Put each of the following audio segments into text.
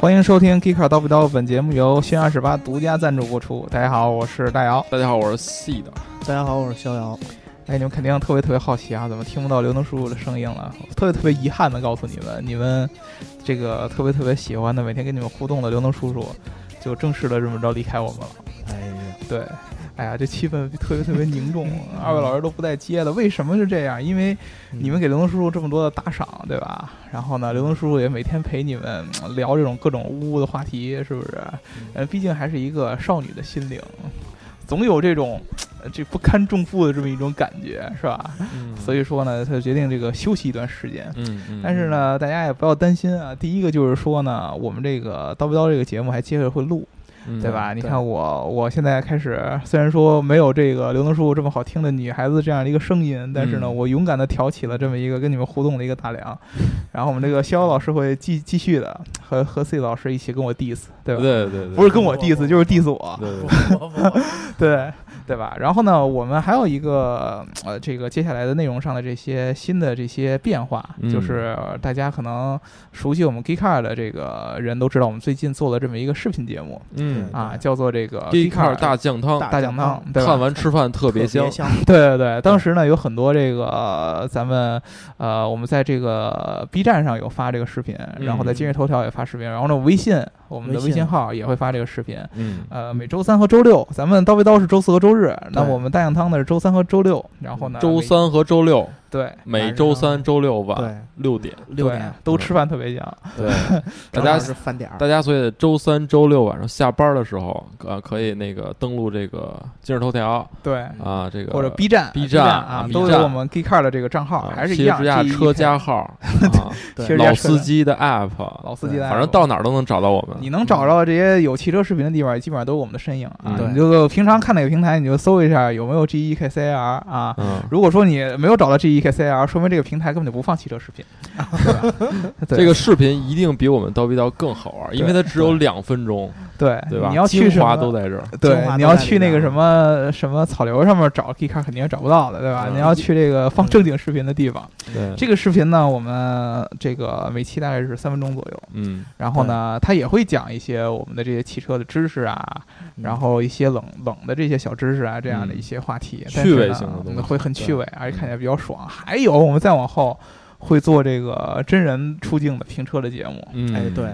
欢迎收听《Geek 叨不叨》，本节目由新二十八独家赞助播出。大家好，我是大姚。大家好，我是 C 的，大家好，我是逍遥。哎，你们肯定特别特别好奇啊，怎么听不到刘能叔叔的声音了？我特别特别遗憾的告诉你们，你们这个特别特别喜欢的、每天跟你们互动的刘能叔叔，就正式的这么着离开我们了。哎呀，对，哎呀，这气氛特别特别凝重， 二位老师都不带接的，为什么是这样？因为嗯嗯你们给刘能叔叔这么多的打赏，对吧？然后呢，刘能叔叔也每天陪你们嗯聊这种各种污的话题，是不是？嗯呃，毕竟还是一个少女的心灵，总有这种呃这不堪重负的这么一种感觉，是吧？嗯所以说呢，他就决定这个休息一段时间。嗯嗯，但是呢，大家也不要担心啊。第一个就是说呢，我们这个叨不叨这个节目还接着会录，嗯对吧？你看我，我现在开始，虽然说没有这个刘能叔这么好听的女孩子这样的一个声音，但是呢，嗯我勇敢的挑起了这么一个跟你们互动的一个大梁。然后我们这个逍遥老师会继继续的和和 C 老师一起跟我 diss，对对吧？对对对，不是跟我不不 diss，就是 diss 我，对对我 我对对吧？然后呢，我们还有一个呃，这个接下来的内容上的这些新的这些变化，嗯就是大家可能熟悉我们 Geekcar 的这个人都知道，我们最近做了这么一个视频节目嗯啊，对叫做这个 d 卡 Geekcar 尔大酱汤，大大酱汤，对吧看？完吃饭特别香，香， 对对对，当时呢有很多这个、呃咱们呃我们在这个呃 B 站上有发这个视频，嗯然后在今日头条也发视频，然后呢微信我们的微微信信号也会发这个视频。嗯呃，每周三和周六，咱们刀背刀是周四和周日，那对我们大酱汤呢是周三和周六，然后呢周每三和周六，对每周三、周六晚对，六点，六对点，都吃饭特别香，对，大正家好是饭啊点儿，大家所以周三、周六晚上下班的时候，呃，可以那个登录这个今日头条对，啊，这个嗯或者 B 站 B 站站啊啊，都 B 有站啊我们 G Car 的这个账号，还是一皮样之亚 G E E 车 K 家号， 啊其对实老家车司机的 app， 老司机的 app，反正到哪儿都能找到我们。你能找到这些有汽车视频的地方，基本上都是我们的身影啊。嗯对你就平常看哪个平台，你就搜一下有没有 G E K C R 啊。嗯，如果说你没有找到 G E K C R，说明这个平台根本就不放汽车视 频，对吧？对这个视频一定比我们叨逼叨更好玩，因为它只有两分钟，对对吧？你要去精什华么都在这儿。精华对，都你要在去里那个面什么什么草榴上面找 G E Car 肯定是找不到的，对吧？嗯你要去这个放正经视频的地方。对，这个视频呢，我们这个每期大概是三分钟左右，嗯，然后呢，它也会讲一些我们的这些汽车的知识啊，嗯然后一些冷冷的这些小知识啊，这样的一些话题，但是嗯趣味呢性的东西会很趣对味，而且看起来比较爽。还有，我们再往后。会做这个真人出镜的评车的节目，嗯，哎，对，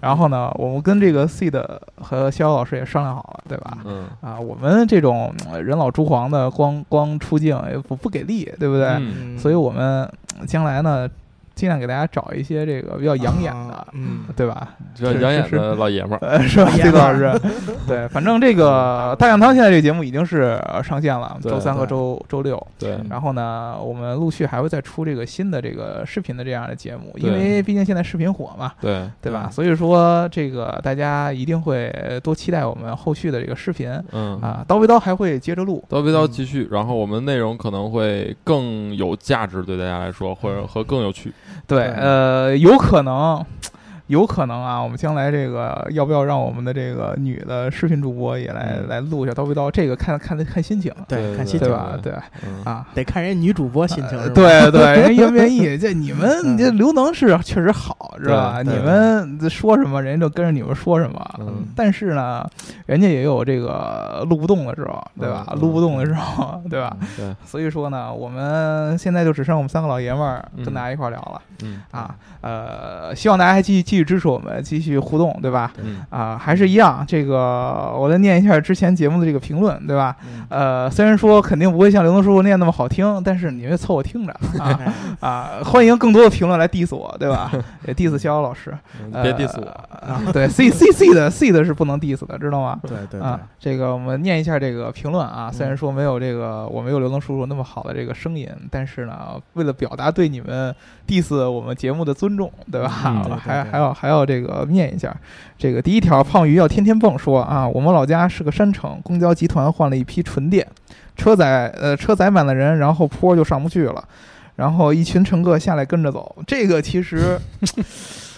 然后呢，我们跟这个 C 的和逍遥老师也商量好了，对吧？嗯，啊，我们这种呃人老珠黄的，光光出镜也不不给力，对不对？嗯，所以我们嗯将来呢，尽量给大家找一些这个比较养眼的，啊 嗯，对吧？这是养眼是的老爷们儿，呃， 是吧？养这眼倒是，对，反正这个大酱汤现在这个节目已经是呃上线了，对嗯周三和对周周六。对，然后呢，我们陆续还会再出这个新的这个视频的这样的节目，因对为毕竟现在视频火嘛，对，对吧？嗯所以说这个大家一定会多期待我们后续的这个视频嗯。啊，刀背刀还会接着录，叨逼叨嗯继续，然后我们内容可能会更有价值，对大家来说，或嗯者和更有趣。对，对呃，有可能，有可能啊，我们将来这个要不要让我们的这个女的视频主播也来、嗯来录一下叨逼叨？这个看看看心情，对对，看心对情吧？对嗯，啊。得看人女主播心情呃是吧？对对，人 家愿不愿意？这你们，嗯你这刘能是确实好，是吧？对你对们这说什么，人家就跟着你们说什么。嗯但是呢，人家也有这个录不动的时候，对吧？嗯嗯嗯录不动的时候，对吧？对，所以说呢，我们现在就只剩我们三个老爷们儿跟嗯大家一块儿聊了。嗯啊，呃，希望大家还继续继续支持我们，继续互动，对吧？嗯，啊，还是一样，这个我来念一下之前节目的这个评论，对吧？嗯，呃，虽然说肯定不会像刘能叔叔念那么好听，但是你们凑合听着 啊哎啊！欢迎更多的评论来 diss 我，对吧？也 diss 逍遥老师，嗯呃别 diss 我，啊！ 对 C C C 的 C 的是不能 diss 的，知道吗？对嗯对对啊，，这个我们念一下这个评论啊，虽然说没有这个我没有刘能叔叔那么好的这个声音，但是呢，为了表达对你们 diss 我们节目的尊重，对吧？嗯对对还对还要还要这个念一下，这个第一条，胖鱼要天天蹦说啊，我们老家是个山城，公交集团换了一批纯电，车载呃车载满了人，然后坡就上不去了。然后一群乘客下来跟着走，这个其实，。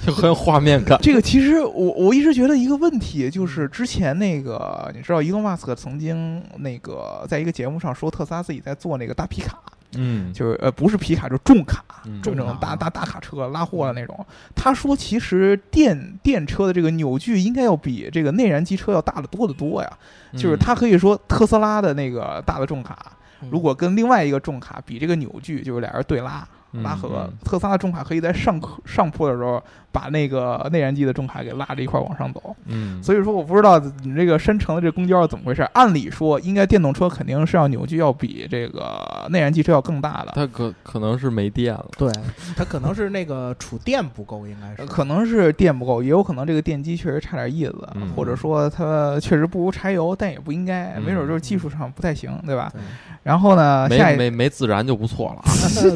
就很有画面感这个其实我我一直觉得一个问题就是之前那个你知道，伊隆马斯克曾经那个在一个节目上说特斯拉自己在做那个大皮卡，嗯，就是呃不是皮卡就是重卡，嗯重这种重卡大啊大大卡车拉货的那种。他说，其实电电车的这个扭矩应该要比这个内燃机车要大得多得多呀。就是嗯他可以说特斯拉的那个大的重卡，嗯如果跟另外一个重卡比这个扭矩，就是俩人对拉。拉嗯合，特斯拉的重卡可以在上坡上坡的时候把那个内燃机的重卡给拉着一块儿往上走，嗯，所以说我不知道你这个山城的这公交是怎么回事儿。按理说，应该电动车肯定是要扭矩要比这个内燃机车要更大的，它可可能是没电了，对，它可能是那个储电不够，应该是呃可能是电不够，也有可能这个电机确实差点意思，嗯或者说它确实不如柴油，但也不应该，嗯没准就是技术上不太行，对吧？对然后呢，啊下没一没没自燃就不错 了，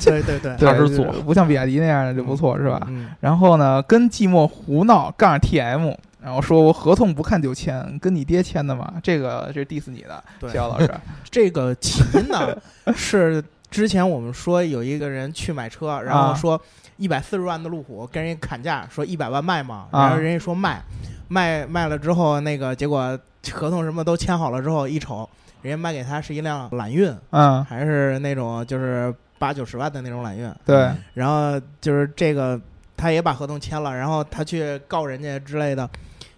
对 对对，对踏实做 就是不像比亚迪那样的就不错，是吧？嗯，然后呢，跟寂寞胡闹杠 TM，然后说我合同不看就签，跟你爹签的嘛，这个这是 diss 你的，对逍遥老师， 这个起因呢是之前我们说有一个人去买车，然后说一百四十万的路虎跟人家砍价，说一百万卖嘛，啊然后人家说卖，卖卖了之后那个结果合同什么都签好了之后一瞅，人家卖给他是一辆揽运，嗯，还是那种就是八九十万的那种揽运，对，然后就是这个他也把合同签了，然后他去告人家之类的，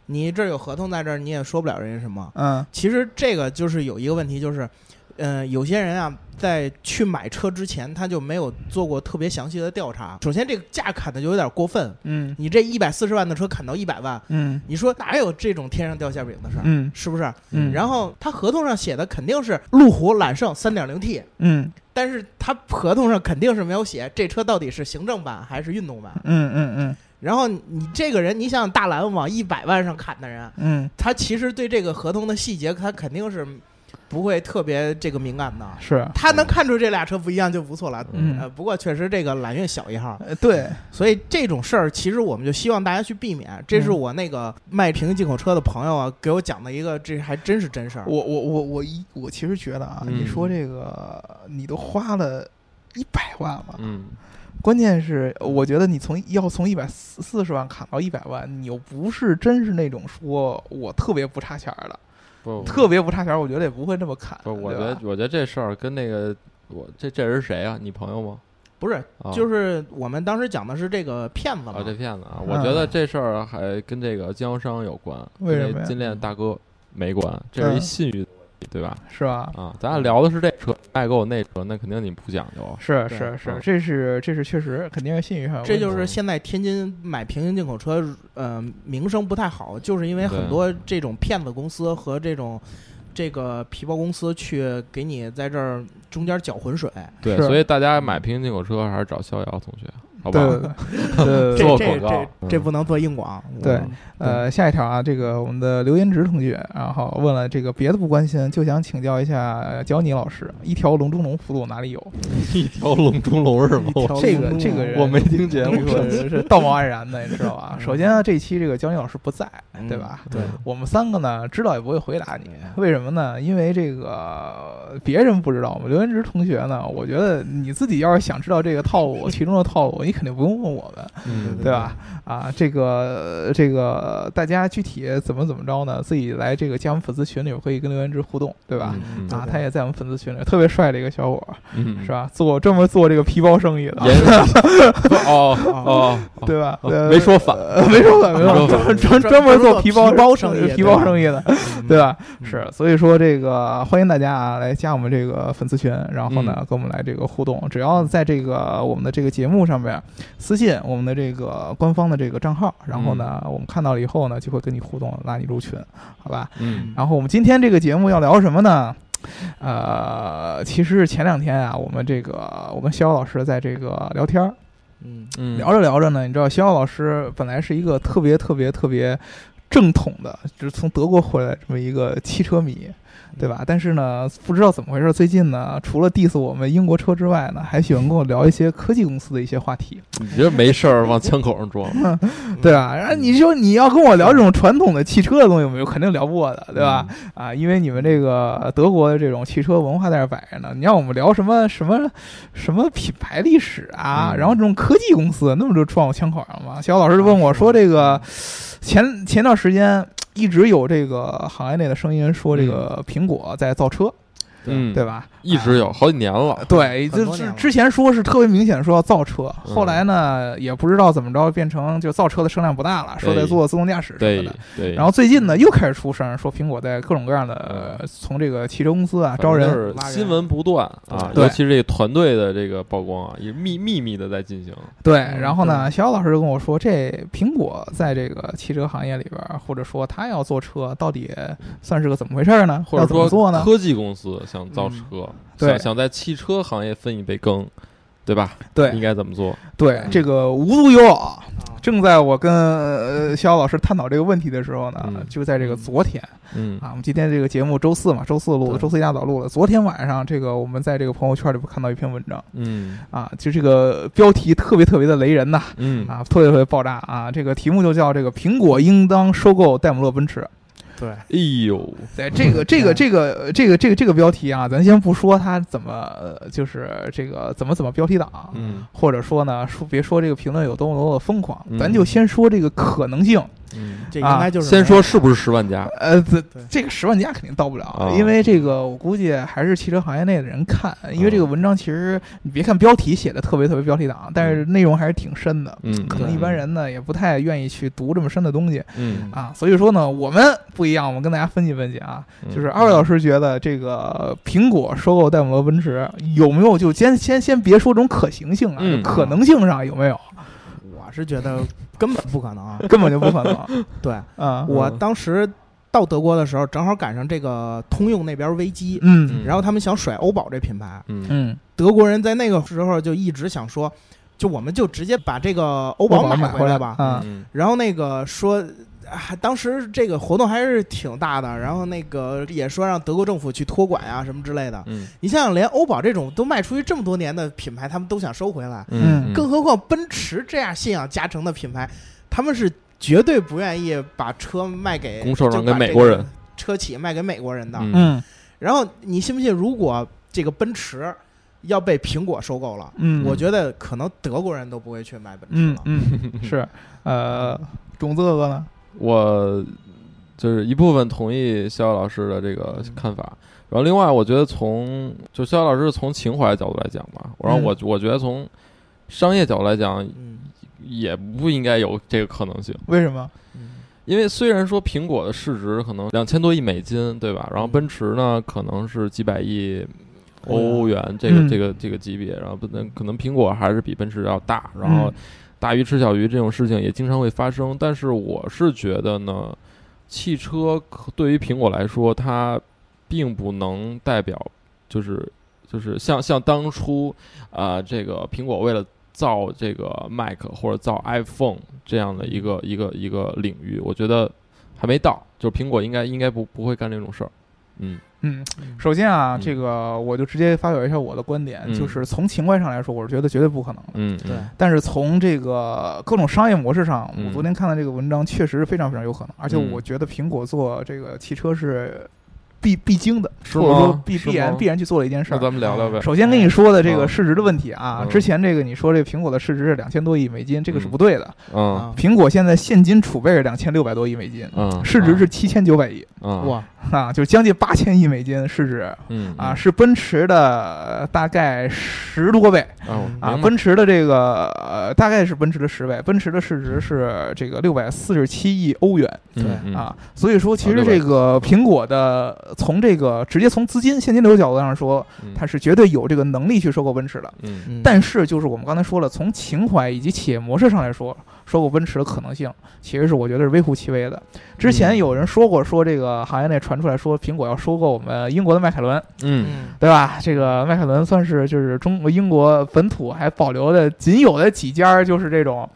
你这儿有合同在这儿，你也说不了人家什么。嗯其实这个就是有一个问题，就是，呃，有些人啊，在去买车之前，他就没有做过特别详细的调查。首先，这个价砍的就有点过分，嗯你这一百四十万的车砍到一百万，嗯你说哪有这种天上掉馅饼的事儿？嗯是不是？嗯然后他合同上写的肯定是路虎揽胜三点零 T，嗯但是他合同上肯定是没有写这车到底是行政版还是运动版。嗯嗯然后你这个人，你想想大蓝往一百万上砍的人，嗯，他其实对这个合同的细节，他肯定是不会特别这个敏感的。是，他能看出这俩车不一样就不错了。嗯呃，不过确实这个揽运小一号，呃对，所以这种事儿其实我们就希望大家去避免。这是嗯我那个卖平行进口车的朋友啊给我讲的一个，这还真是真事儿。我我我我一我其实觉得啊，嗯你说这个你都花了。一百万了，嗯，关键是我觉得你从要从一百四四十万砍到一百万，你又不是真是那种说我特别不差钱儿的，不特别不差钱儿，我觉得也不会这么砍。不是，我对觉吧得我觉得这事儿跟那个我这这人是谁啊？你朋友吗？不是，啊就是我们当时讲的是这个骗子嘛啊，，这骗子啊！嗯我觉得这事儿还跟这个经销商有关，为什么呀嗯跟这金链大哥没关，这是一信誉的问题，对吧？是吧？啊，咱俩聊的是这车，卖给我那车，那肯定你不讲究。是对是是嗯，这是这是确实肯定是信誉啊上有问题，这就是现在天津买平行进口车，呃，名声不太好，就是因为很多这种骗子公司和这种这个皮包公司去给你在这儿中间搅浑水，对，是所以大家买平行进口车还是找逍遥同学，好吧？对对对对 做这广这告这嗯这不能做硬广。对嗯呃，下一条啊，这个我们的刘延直同学，然后问了这个别的不关心，就想请教一下呃焦尼老师，一条龙中龙幅度哪里有？一条龙中 龙是吗？一条我龙这个这个人我 没听节目这，个人是道貌岸然的，你知道吧？嗯首先啊呢，这一期这个焦尼老师不在，嗯对吧？对，我们三个呢，知道也不会回答你， 为什么呢？因为这个别人不知道，我们刘延直同学呢，我觉得你自己要是想知道这个套路其中的套路，你肯定不用问我们，嗯对吧？啊，这个这个大家具体怎么怎么着呢？自己来这个加我们粉丝群里，可以跟刘延直互动，对吧？嗯啊，对他也在我们粉丝群里，特别帅的一个小伙儿，嗯，是？吧？做专门做这个皮包生意的，也 哦哦，哦对吧？哦呃没说反，呃没说反，没说反，专专专门做皮包专门做皮包生意皮包对吧生意的，嗯 对吧？嗯是，所以说这个欢迎大家啊来加我们这个粉丝群，然后呢嗯跟我们来这个互动。只要在这个我们的这个节目上面私信我们的这个官方的这个账号，然后呢我们看到了以后呢就会跟你互动，拉你入群，好吧？嗯然后我们今天这个节目要聊什么呢？呃，其实是前两天啊，我们这个我跟肖老师在这个聊天儿，嗯嗯，聊着聊着呢，你知道肖老师本来是一个特别特别特别正统的，就是从德国回来这么一个汽车迷，对吧？但是呢，不知道怎么回事，最近呢，除了 diss 我们英国车之外呢，还喜欢跟我聊一些科技公司的一些话题，你这没事儿往枪口上撞，对吧？然后你说你要跟我聊这种传统的汽车的东西，我们肯定聊不过 的，对嗯吧？？啊，因为你们这个德国的这种汽车文化在这儿摆着呢，你让我们聊什么什么什么品牌历史啊，嗯然后这种科技公司，那不就撞我枪口上吗？小老啊师就问我说，这个嗯前前段时间一直有这个行业内的声音说，这个苹果在造车，嗯，对吧？哎一直有好几年了，对，很就多之年了之前说是特别明显说要造车，嗯后来呢也不知道怎么着变成就造车的声量不大了，说在对做自动驾驶什么对的。对，然后后最近呢又开始出声，说苹果在各种各样的嗯呃从这个汽车公司啊招人，拉人新闻不断啊，对尤其是这个团队的这个曝光啊，也秘秘密的在进行，对，嗯然后呢，小姚老师就跟我说，这苹果在这个汽车行业里边儿，或者说他要做车，到底算是个怎么回事儿呢？或要者怎么说做呢？嗯科技公司想造车，对想想在汽车行业分一杯羹，对吧？对应该怎么做？对，这个无独有偶啊，啊正在我跟呃肖老师探讨这个问题的时候呢，嗯就在这个昨天嗯啊，我们今天这个节目周四嘛，周四录的，对周四一大早录的。昨天晚上，这个我们在这个朋友圈里边看到一篇文章嗯啊，就这个标题特别特别的雷人呐嗯啊，特别特别爆炸啊，这个题目就叫这个苹果应当收购戴姆勒奔驰。嗯对，哎呦，对这嗯个这个这个这个这个这个标题啊，咱先不说它怎么呃就是这个怎么怎么标题党，嗯或者说呢说别说这个评论有多么多么的疯狂，嗯咱就先说这个可能性。嗯，这应啊该就是先没说有是不是十万加？呃，这对这个十万加肯定到不了，啊因为这个我估计还是汽车行业内的人看，因为啊这个文章其实你别看标题写的特别特别标题党，但是内容还是挺深的。嗯，可能一般人呢也不太愿意去读这么深的东西嗯，啊，所以说呢，我们不一样，我们跟大家分析分析啊，嗯就是二位老师觉得这个苹果收购戴姆勒奔驰有没有就先先先别说这种可行性啊，嗯就可能性上有没有，我是觉得根本不可能啊。根本就不可能对啊，我当时到德国的时候，正好赶上这个通用那边危机，嗯然后他们想甩欧宝这品牌，嗯嗯，德国人在那个时候就一直想说，就我们就直接把这个欧宝买买回来吧。啊，嗯然后那个说，啊，当时这个活动还是挺大的，然后那个也说让德国政府去托管啊什么之类的。嗯你想想，连欧宝这种都卖出去这么多年的品牌，他们都想收回来，嗯更何况奔驰这样信仰加成的品牌，他们是绝对不愿意把车卖给拱手让就给把美这国个人车企卖给美国人的。嗯嗯然后你信不信，如果这个奔驰要被苹果收购了？嗯，我觉得可能德国人都不会去买奔驰嗯了。嗯是呃，种子哥哥呢？我就是一部分同意逍遥老师的这个看法，然后另外我觉得从就逍遥老师从情怀角度来讲吧，然后我我觉得从商业角度来讲嗯也不应该有这个可能性，为什么？嗯因为虽然说苹果的市值可能两千多亿美金，对吧？然后嗯奔驰呢可能是几百亿。欧元欧元这个嗯这个这个级别，然后不能可能苹果还是比奔驰要大，然后大鱼吃小鱼这种事情也经常会发生，但是我是觉得呢，汽车可对于苹果来说，它并不能代表，就是就是像像当初啊、呃这个苹果为了造这个 Mac 或者造 iPhone 这样的一个一个一个领域，我觉得还没到，就是苹果应该应该不不会干这种事儿。嗯嗯，首先啊，嗯这个我就直接发表一下我的观点，嗯就是从情怀上来说，我是觉得绝对不可能的。嗯，对，但是从这个各种商业模式上，嗯我昨天看的这个文章确实是非常非常有可能，而且嗯我觉得苹果做这个汽车是必必经的，是或者说吗必是必然吗必然去做的一件事那咱儿。们聊聊呗。首先跟你说的这个嗯市值的问题啊，嗯之前这个你说这苹果的市值是两千多亿美金，这个是嗯不对的。嗯啊苹果现在现金储备是两千六百多亿美金，嗯，市值是七千九百亿嗯哇，啊，就将近八千亿美金市值嗯啊，是奔驰的呃大概十多倍嗯啊，明白奔驰的这个呃大概是奔驰的十倍，奔驰的市值是这个六百四十七亿欧元嗯对嗯啊，所以说其实600这个苹果的从这个直接从资金现金流角度上说，嗯它是绝对有这个能力去收购奔驰的，嗯嗯但是就是我们刚才说了，从情怀以及企业模式上来说，收购奔驰的可能性其实是我觉得是微乎其微的。之前嗯有人说过，说这个行业内传出来说苹果要收购我们英国的迈凯伦，嗯嗯对吧？这个迈凯伦算是就是中国英国本土还保留的仅有的几家就是这种，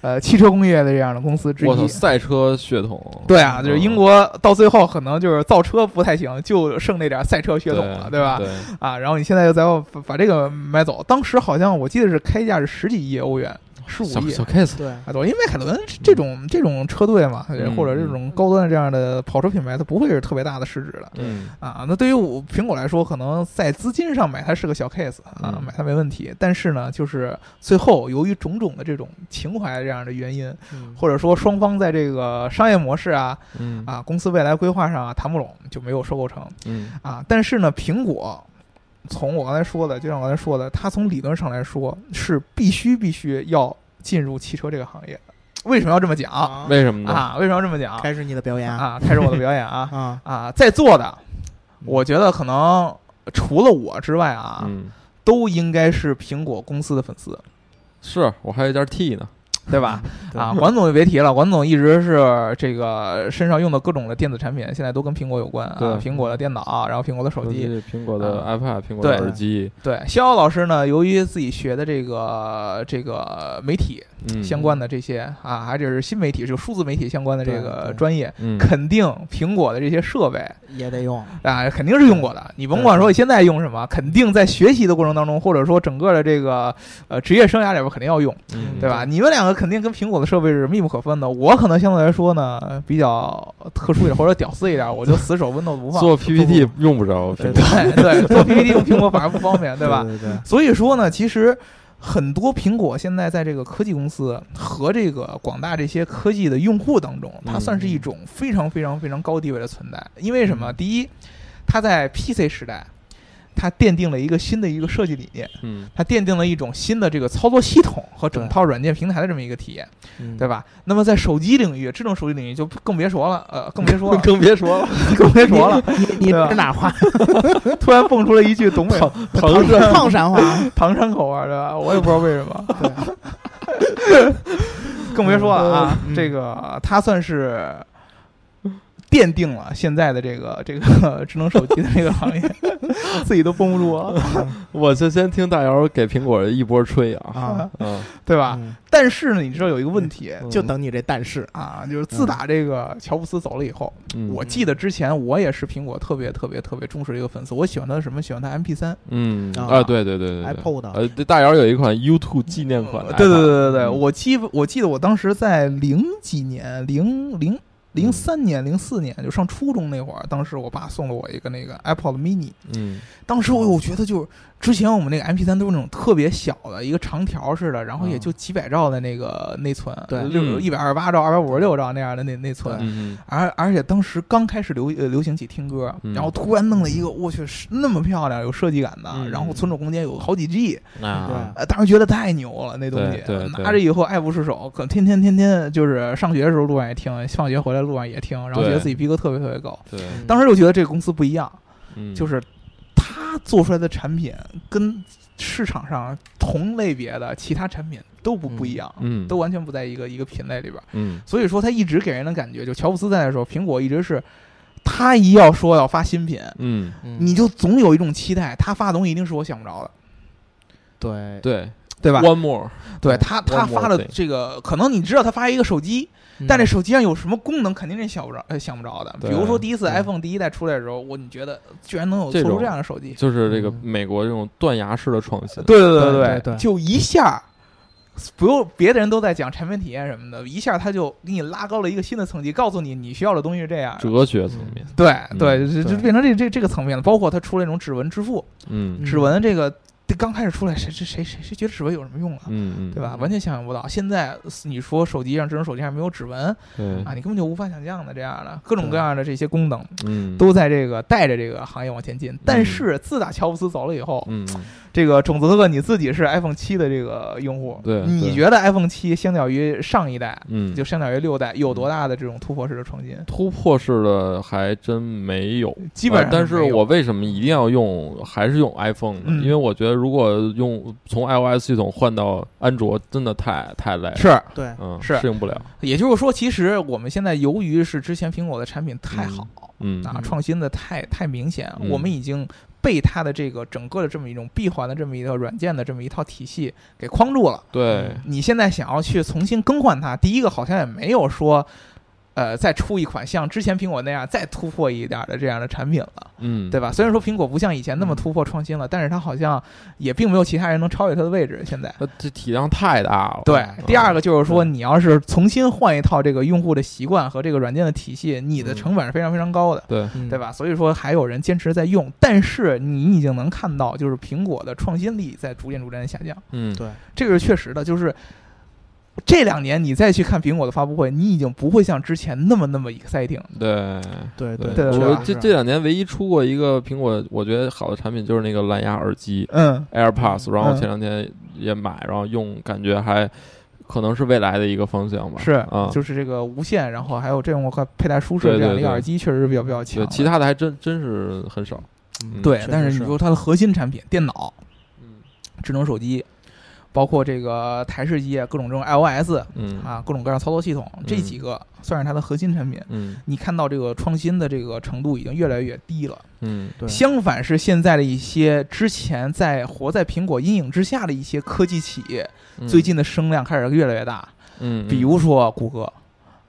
呃，汽车工业的这样的公司之我操，一。赛车血统，对啊，就是英嗯国到最后可能就是造车不太行，就剩那点赛车血统了，对吧？对，啊，然后你现在又再把把这个买走，当时好像我记得是开价是十几亿欧元，十五小亿小 case，对啊，对，因为迈凯伦这这种这种车队嘛，嗯或者这种高端的这样的跑车品牌，它不会是特别大的市值的嗯啊。那对于我苹果来说，可能在资金上买它是个小 case 啊，嗯买它没问题。但是呢，就是最后由于种种的这种情怀这样的原因，嗯或者说双方在这个商业模式啊嗯啊公司未来规划上啊谈不拢，就没有收购成。嗯啊，但是呢，苹果从我刚才说的，就像我刚才说的，它从理论上来说是必须必须要进入汽车这个行业的。为什么要这么讲啊？为什么呢？为什么要这么讲开始你的表演啊？开始我的表演啊啊！啊，在座的，我觉得可能除了我之外啊，嗯，都应该是苹果公司的粉丝，是我还有一件 T 呢，对 吧？对啊，管总就别提了，管总一直是这个身上用的各种的电子产品，现在都跟苹果有关对啊，苹果的电脑，然后苹果的手机。啊尤其是苹果的 iPad、苹果对的耳机，对，肖老师呢，由于自己学的这个这个媒体嗯，相关的这些啊，还就是新媒体，就数字媒体相关的这对个对专业，嗯，肯定苹果的这些设备也得用，啊，肯定是用过的。你甭管说你现在用什么，肯定在学习的过程当中，或者说整个的这个呃职业生涯里边，肯定要用，嗯 对吧？？你们两个肯定跟苹果的设备是密不可分的。我可能相对来说呢比较特殊一点，或者屌丝一点，我就死守 Windows 不放。做 PPT 用不着，对对对，做 PPT 用苹果反而不方便，对吧？对对对，所以说呢，其实很多苹果现在在这个科技公司和这个广大这些科技的用户当中，它嗯算是一种非常非常非常高地位的存在。因为什么？第一，它在 PC 时代，它奠定了一个新的一个设计理念，嗯，，它奠定了一种新的这个操作系统和整对套软件平台的这么一个体验，嗯对吧？那么在手机领域，智能手机领域就更别说了，呃，更别说了 更别说了， 更别说了。你对吧这是哪话？ 突然蹦出了一句东北 唐山矿山话，唐山口味儿，对吧？我也不知道为什 么。对， 更别说了啊，嗯这个它算是奠定了现在的这个这个 智能手机的这个行业， 自己都绷不住了，嗯我就先听大姚给苹果一波吹啊，啊嗯， 对吧？嗯但是呢，你知道有一个问题嗯就等你这但是，啊，就是自嗯打这个乔布斯走了以后，嗯我记得之前我也是苹果特别特别特别重视的一个粉丝，我喜欢他的什么？喜欢他 MP 三。嗯啊啊，对对对对对 iPod 呃，对大姚有一款 U2 纪念款的 iPad，啊对对对对对，嗯我记我记得我当时在零几年，零零嗯零三年、零四年就上初中那会儿，当时我爸送了我一个那个 iPod mini，嗯当时我我觉得就是之前我们那个 MP 三都是那种特别小的一个长条似的，然后也就几百兆的那个内存，对六嗯一百二十八兆、二百五十六兆那样的内内存。嗯而而且当时刚开始流呃流行起听歌，嗯然后突然弄了一个，我去，是那么漂亮，有设计感的，嗯然后存储空间有好几 G，嗯啊，呃，当时觉得太牛了，那东西对对对拿着以后爱不释手，可天天天天就是上学的时候路上也听，放学回来路上也听，然后觉得对自己逼格特别特别高。对，嗯当时就觉得这个公司不一样，嗯就是他做出来的产品跟市场上同类别的其他产品都不嗯不一样，嗯都完全不在一个一个品类里边儿。嗯所以说，他一直给人的感觉，就乔布斯在的时候，苹果一直是他一要说要发新品，嗯嗯你就总有一种期待，他发的东西一定是我想不着的，对对对吧？ ，One more，对对嗯他，他 one 发 more 的 thing 这个，可能你知道他发一个手机，但这是手机上有什么功能，肯定是想不着、呃想不着的。比对如说第一次对 iPhone 第一代出来的时候，我你觉得居然能有做这出种这样的手机？就是这个嗯美国这种断崖式的创新，对对对对对对就一下，不用别的人都在讲产品体验什么的，一下他就给你拉高了一个新的层级，告诉你你需要的东西是这样的。哲学层面，对嗯对，就就对变成这这这个层面了。包括他出了那种指纹支付，嗯指纹这个刚开始出来，谁谁谁谁谁觉得指纹有什么用啊？嗯嗯，对吧？嗯完全想象不到。现在你说手机上智能手机上没有指纹对啊，，你根本就无法想象的这样的各种各样的这些功能嗯都在这个带着这个行业往前进。但是自打乔布斯走了以后，嗯这个种子哥哥你自己是 iPhone 七的这个用户，对你对觉得 iPhone 七相较于上一代，嗯，就相较于六代有多大的这种突破式的创新？突破式的还真没有，基本上呃但是没有我为什么一定要用，还是用 iPhone 呢？嗯因为我觉得如果用从 iOS 系统换到安卓，真的太太累了，是，对嗯，是适应不了，也就是说，其实我们现在由于是之前苹果的产品太好。嗯啊，嗯创新的太太明显，嗯我们已经被它的这个整个的这么一种闭环的这么一个软件的这么一套体系给框住了。对，你现在想要去重新更换它，第一个好像也没有说，呃，再出一款像之前苹果那样再突破一点儿的这样的产品了，嗯，对吧？虽然说苹果不像以前那么突破创新了，但是它好像也并没有其他人能超越它的位置。现在。那这体量太大了。对嗯，第二个就是说，对你要是重新换一套这个用户的习惯和这个软件的体系，你的嗯成本是非常非常高的。对，嗯对？吧？所以说还有人坚持在用，但是你已经能看到，就是苹果的创新力在逐渐逐渐地下降，嗯，对这个是确实的，就是。这两年你再去看苹果的发布会，你已经不会像之前那么那么 exciting 了。对对对对啊我吧这这两年唯一出过一个苹果我觉得好的产品就是那个蓝牙耳机嗯 AirPods，然后嗯前两天也买，然后用，感觉还可能是未来的一个方向吧。是啊，就是这个无线，然后还有这种快佩戴舒适对这样的对一个对耳机，确实是比较比较强对的。其他的还真真是很少。嗯对确，但实是是你说它的核心产品，电脑、嗯智能手机，包括这个台式机，啊各种这种 iOS 嗯啊，各种各样的操作系统，这几个算是它的核心产品。嗯你看到这个创新的这个程度已经越来越低了。嗯对相反是现在的一些之前在活在苹果阴影之下的一些科技企业，嗯，最近的声量开始越来越大。嗯，嗯比如说谷歌，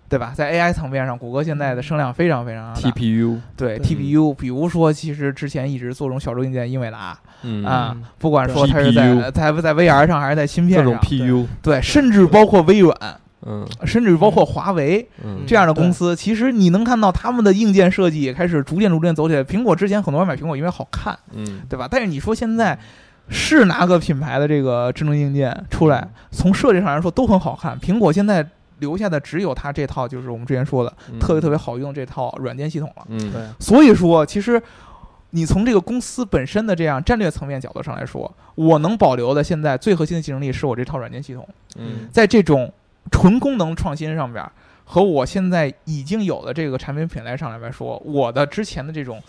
对吧？在 AI 层面上，谷歌现在的声量非常非常大。嗯 TPU 对对 TPU，比如说其实之前一直做这种小众硬件，英伟达嗯啊嗯，不管说它是 GPU 在它在 VR 上还是在芯各片种上， PU 对，甚至包括微软，嗯甚至包括华为嗯这样的公司，其实你能看到他们的硬件设计也开始逐渐逐渐走起来。苹果之前很多人买苹果因为好看，嗯对吧？但是你说现在。是哪个品牌的这个智能硬件出来？从设计上来说都很好看。苹果现在留下的只有它这套，就是我们之前说的嗯特别特别好用这套软件系统了。嗯对所以说，其实你从这个公司本身的这样战略层面角度上来说，我能保留的现在最核心的竞争力是我这套软件系统，嗯在这种纯功能创新上边儿，和我现在已经有的这个产品品类上来说，我的之前的这种。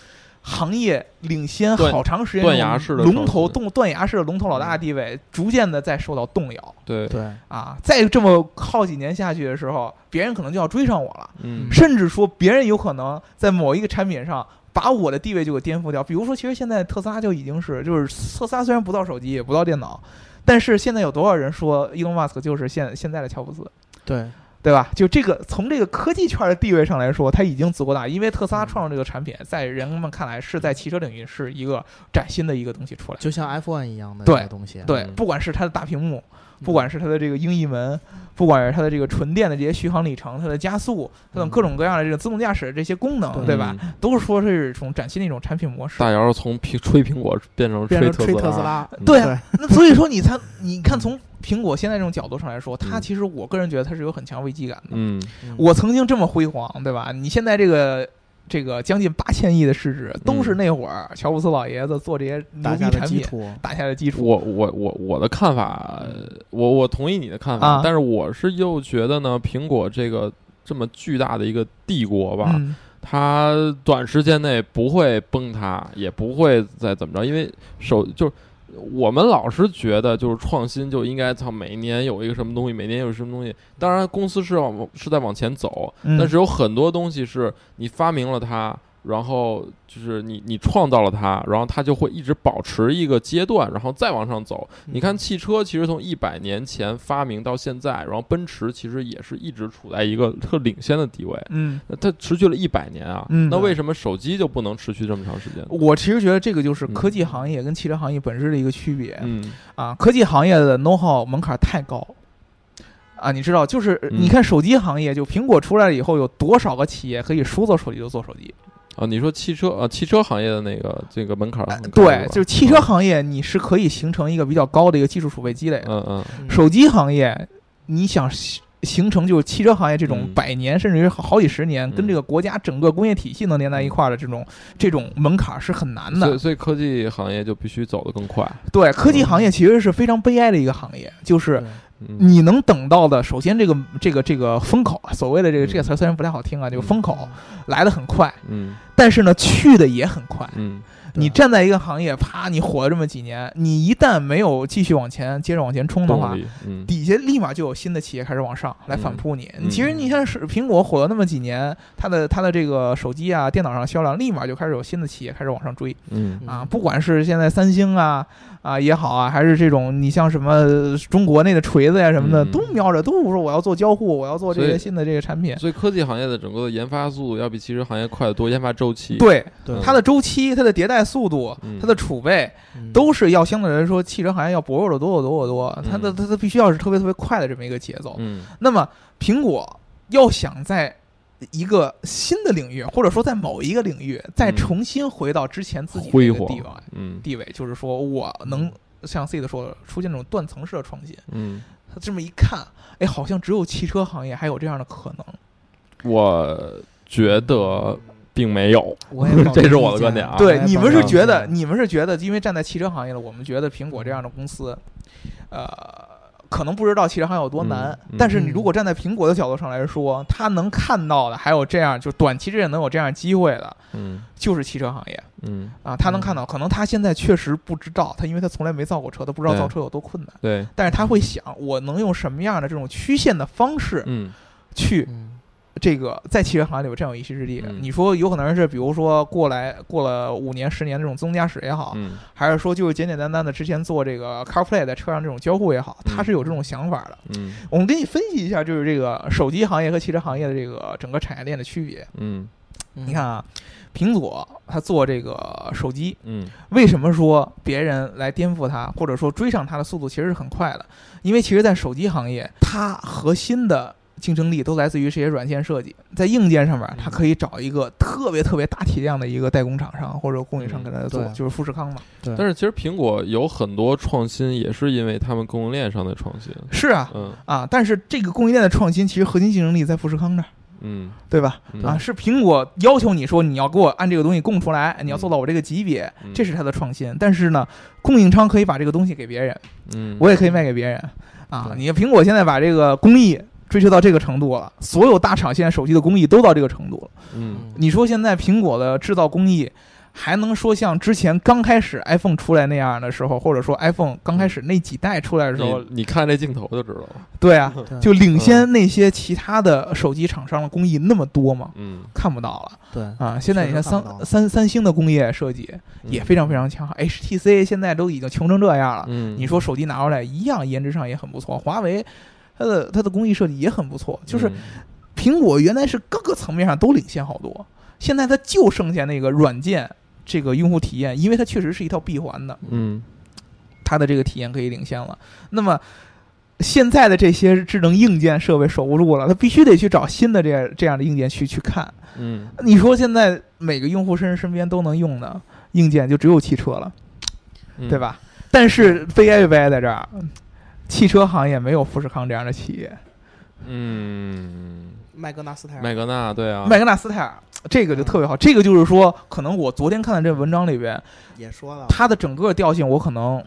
行业领先断好长时间，断崖式的龙头创新动断崖式的龙头老大的地位，逐渐的在受到动摇对对啊！再这么耗几年下去的时候，别人可能就要追上我了。嗯甚至说别人有可能在某一个产品上把我的地位就给颠覆掉。比如说，其实现在特斯拉就已经是，就是特斯拉虽然不造手机，也不造电脑，但是现在有多少人说 Elon Musk 就是现现在的乔布斯，对对吧？就这个从这个科技圈的地位上来说，它已经足够大，因为特斯拉创造这个产品，在人们看来是在汽车领域是一个崭新的一个东西出来。就像 iPhone 一样的对这个东西，对嗯，不管是它的大屏幕，不管是它的这个英译门，不管是它的这个纯电的这些续航里程、它的加速它等各种各样的这个自动驾驶这些功能，对对吧？？嗯都说是一种崭新的一种产品模式。大姚从苹吹苹果变成变成特吹特斯斯，拉，嗯对啊，那所以说你看，你看嗯从苹果现在这种角度上来说，它嗯其实我个人觉得它是有很强危机感的。嗯我曾经这么辉煌，对吧？你现在这个。这个将近八千亿的市嗯值，都是那会儿乔布斯老爷子做这些牛打逼下的产基品 础，打下的基础。我我我我的看法，我我同意你的看法，啊但是我是又觉得呢，苹果这个这么巨大的一个帝国吧，嗯，它短时间内不会崩塌，也不会再怎么着，因为手就是。我们老是觉得，就是创新就应该操，每年有一个什么东西，每年有什么东西。当然，公司是往是在往前走，嗯但是有很多东西是你发明了它，然后就是你你创造了它，然后它就会一直保持一个阶段，然后再往上走。嗯你看汽车，其实从一百年前发明到现在，然后奔驰其实也是一直处在一个特领先的地位，嗯，那它持续了一百年啊。嗯那为什么手机就不能持续这么长时间？我其实觉得这个就是嗯科技行业跟汽车行业本质的一个区别。嗯啊，科技行业的 know how 门槛太高啊！你知道，就是嗯你看手机行业，就苹果出来以后，有多少个企业可以说做手机就做手机？啊，你说汽车啊，汽车行业的那个这个门槛儿很高啊是吧、对，就是汽车行业，你是可以形成一个比较高的一个技术储备积累的。嗯嗯嗯手机行业，你想形形成就是汽车行业这种嗯百年、甚至于好好几十年，跟嗯这个国家整个工业体系能连在一块儿的这种这种门槛是很难嗯，所以的。所以科技行业就必须走得更快。对，科技行业其实是非常悲哀的一个行业，就是对嗯你能等到的，首先这个这个这个风口，啊，所谓的这个嗯这个词儿虽然不太好听啊，这个风口来的很快，嗯但是呢去的也很快。嗯你站在一个行业，啪，你火了这么几年，你一旦没有继续往前接着往前冲的动话，力嗯底下立马就有新的企业开始往上来反嗯扑你。嗯其实你像是苹果火了那么几年，它的它的这个手机啊、电脑上销量立马就开始有新的企业开始往上追。嗯啊，不管是现在三星啊啊也好啊，还是这种你像什么呃中国内的锤子呀、什么的，嗯都瞄着都说我要做交互，我要做这所些以新的这个产品。所以科技行业的整个的研发速度要比汽车行业快得多，研发周期对对它的周期、它的迭代速度、嗯它的储备，嗯都是要相对来说汽车行业要薄弱的多得多得多。它的嗯它它必须要是特别特别快的这么一个节奏。嗯那么苹果要想在一个新的领域，或者说在某一个领域，再嗯重新回到之前自己的辉一个煌地方，嗯地位，就是说我能像 C 的说的，出现这种断层式的创新，嗯他这么一看，哎，好像只有汽车行业还有这样的可能。嗯我觉得并没有， 我也这是我的观点啊对，你们是觉得，嗯你们是觉得，因为站在汽车行业了，我们觉得苹果这样的公司，呃，可能不知道汽车行业有多难。嗯嗯但是你如果站在苹果的角度上来说，他能看到的，还有这样，就短期之内能有这样机会的，嗯就是汽车行业嗯，啊。他能看到，可能他现在确实不知道，他因为他从来没造过车，他不知道对造车有多困难。对，但是他会想，我能用什么样的这种曲线的方式嗯去嗯这个在汽车行业里有占有一席之地。嗯你说有可能是，比如说过来过了五年、十年这种增加史也好，嗯还是说就是简简单单的之前做这个 CarPlay 在车上这种交互也好，嗯它是有这种想法的。嗯我们给你分析一下，就是这个手机行业和汽车行业的这个整个产业链的区别。嗯嗯你看啊，苹果它做这个手机，嗯为什么说别人来颠覆它，或者说追上它的速度其实是很快的？因为其实，在手机行业，它核心的竞争力都来自于这些软件设计，在硬件上面，嗯它可以找一个特别特别大体量的一个代工厂商或者供嗯应商给它做，对就是富士康嘛。对，但是其实苹果有很多创新，也是因为他们供应链上的创新。是啊，嗯啊，但是这个供应链的创新，其实核心竞争力在富士康这儿，嗯对吧？嗯啊，是苹果要求你说你要给我按这个东西供出来，你要做到我这个级别，嗯这是它的创新。但是呢，供应商可以把这个东西给别人，嗯，我也可以卖给别人啊。对你苹果现在把这个工艺追求到这个程度了，所有大厂现在手机的工艺都到这个程度了。嗯你说现在苹果的制造工艺还能说像之前刚开始 iPhone 出来那样的时候，或者说 iPhone 刚开始那几代出来的时候，嗯你你看这镜头就知道了。对啊，对就领先那些其他的手机厂商的工艺那么多吗？嗯，看不到了对啊！现在你看确实看不到三嗯三三星的工业设计也非常非常强，HTC 现在都已经穷成这样了，嗯，你说手机拿出来一样，颜值上也很不错。华为，它的它的工艺设计也很不嗯错。就是苹果原来是各个层面上都领先好多，现在它就剩下那个软件这个用户体验，因为它确实是一套闭环的，嗯它的这个体验可以领先了。那么现在的这些智能硬件设备守不住了，它必须得去找新的这样这样的硬件去去看。嗯你说现在每个用户身身边都能用的硬件，就只有汽车了。嗯，对？吧？但是悲哀就悲哀在这儿，汽车行业没有富士康这样的企业，嗯，麦格纳斯泰尔麦格纳对啊，麦格纳斯泰尔这个就特别好。这个就是说，可能我昨天看的这文章里啊边，也说了，它的整个调性我可能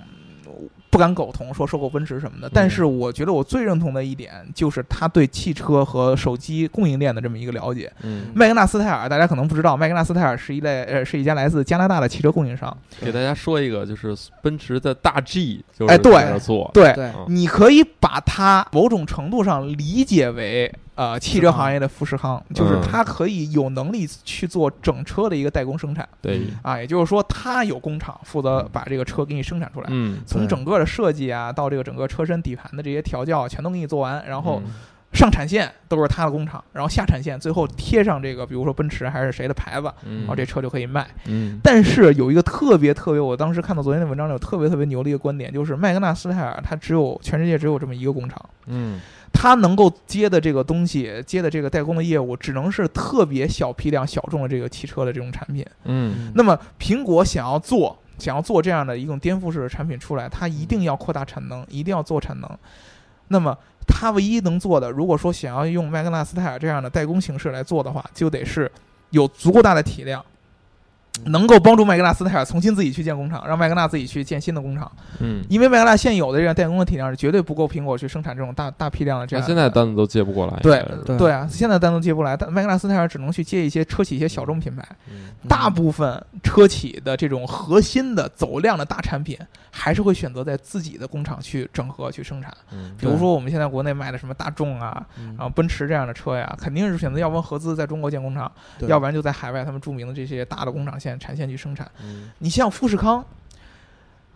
嗯不敢苟同，说收购奔驰什嗯么的。但是我觉得我最认同的一点就是他对汽车和手机供应链的这么一个了解。嗯，麦格纳斯泰尔大家可能不知道，麦格纳斯泰尔是一类呃是一家来自加拿大的汽车供应商。给大家说一个，就是奔驰的大 G，就是哎对在那儿做，对，对嗯你可以把它某种程度上理解为呃汽车行业的富士康，嗯就是它可以有能力去做整车的一个代工生产对，啊，也就是说它有工厂负责把这个车给你生产出来。嗯，从对整个的设计啊，到这个整个车身底盘的这些调教，全都给你做完，然后嗯上产线都是它的工厂，然后下产线最后贴上这个，比如说奔驰还是谁的牌子，嗯，然后这车就可以卖。嗯但是有一个特别特别，我当时看到昨天的文章里有特别特别牛的一个观点，就是麦格纳斯泰尔它只有全世界只有这么一个工厂，嗯它能够接的这个东西，接的这个代工的业务，只能是特别小批量、小众的这个汽车的这种产品。嗯那么苹果想要做。想要做这样的一种颠覆式的产品出来，它一定要扩大产嗯能，一定要做产能。那么，它唯一能做的，如果说想要用麦格纳斯泰尔这样的代工形式来做的话，就得是有足够大的体量，嗯能够帮助麦格纳斯泰尔重新自己去建工厂，让麦格纳自己去建新的工厂，嗯，因为麦格纳现有的这样代工的体量是绝对不够苹果去生产这种大大批量的这那样的。现在单子都接不过来，对应该是对对啊，现在单独接不来，但麦格纳斯泰尔只能去接一些车企一些小众品牌，嗯大部分车企的这种核心的走量的大产品，还是会选择在自己的工厂去整合去生产。嗯比如说我们现在国内卖的什么大众啊，嗯然后奔驰这样的车呀，肯定是选择要不然合资在中国建工厂，要不然然就在海外他们著名的这些大的工厂线产线去生产。嗯你像富士康，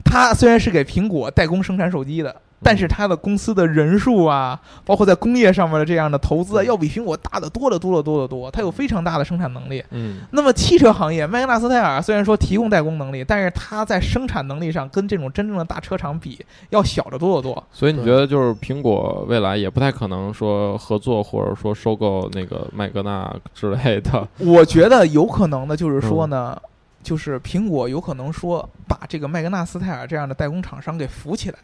它虽然是给苹果代工生产手机的，但是它的公司的人数啊，包括在工业上面的这样的投资啊，嗯要比苹果大得多得多得多得多。它有非常大的生产能力。嗯那么汽车行业，麦格纳斯泰尔虽然说提供代工能力，但是它在生产能力上跟这种真正的大车厂比要小得多得多。所以你对觉得就是苹果未来也不太可能说合作或者说收购那个麦格纳之 类的，我觉得有可能的就是说呢，嗯就是苹果有可能说把这个麦格纳斯泰尔这样的代工厂商给扶起来。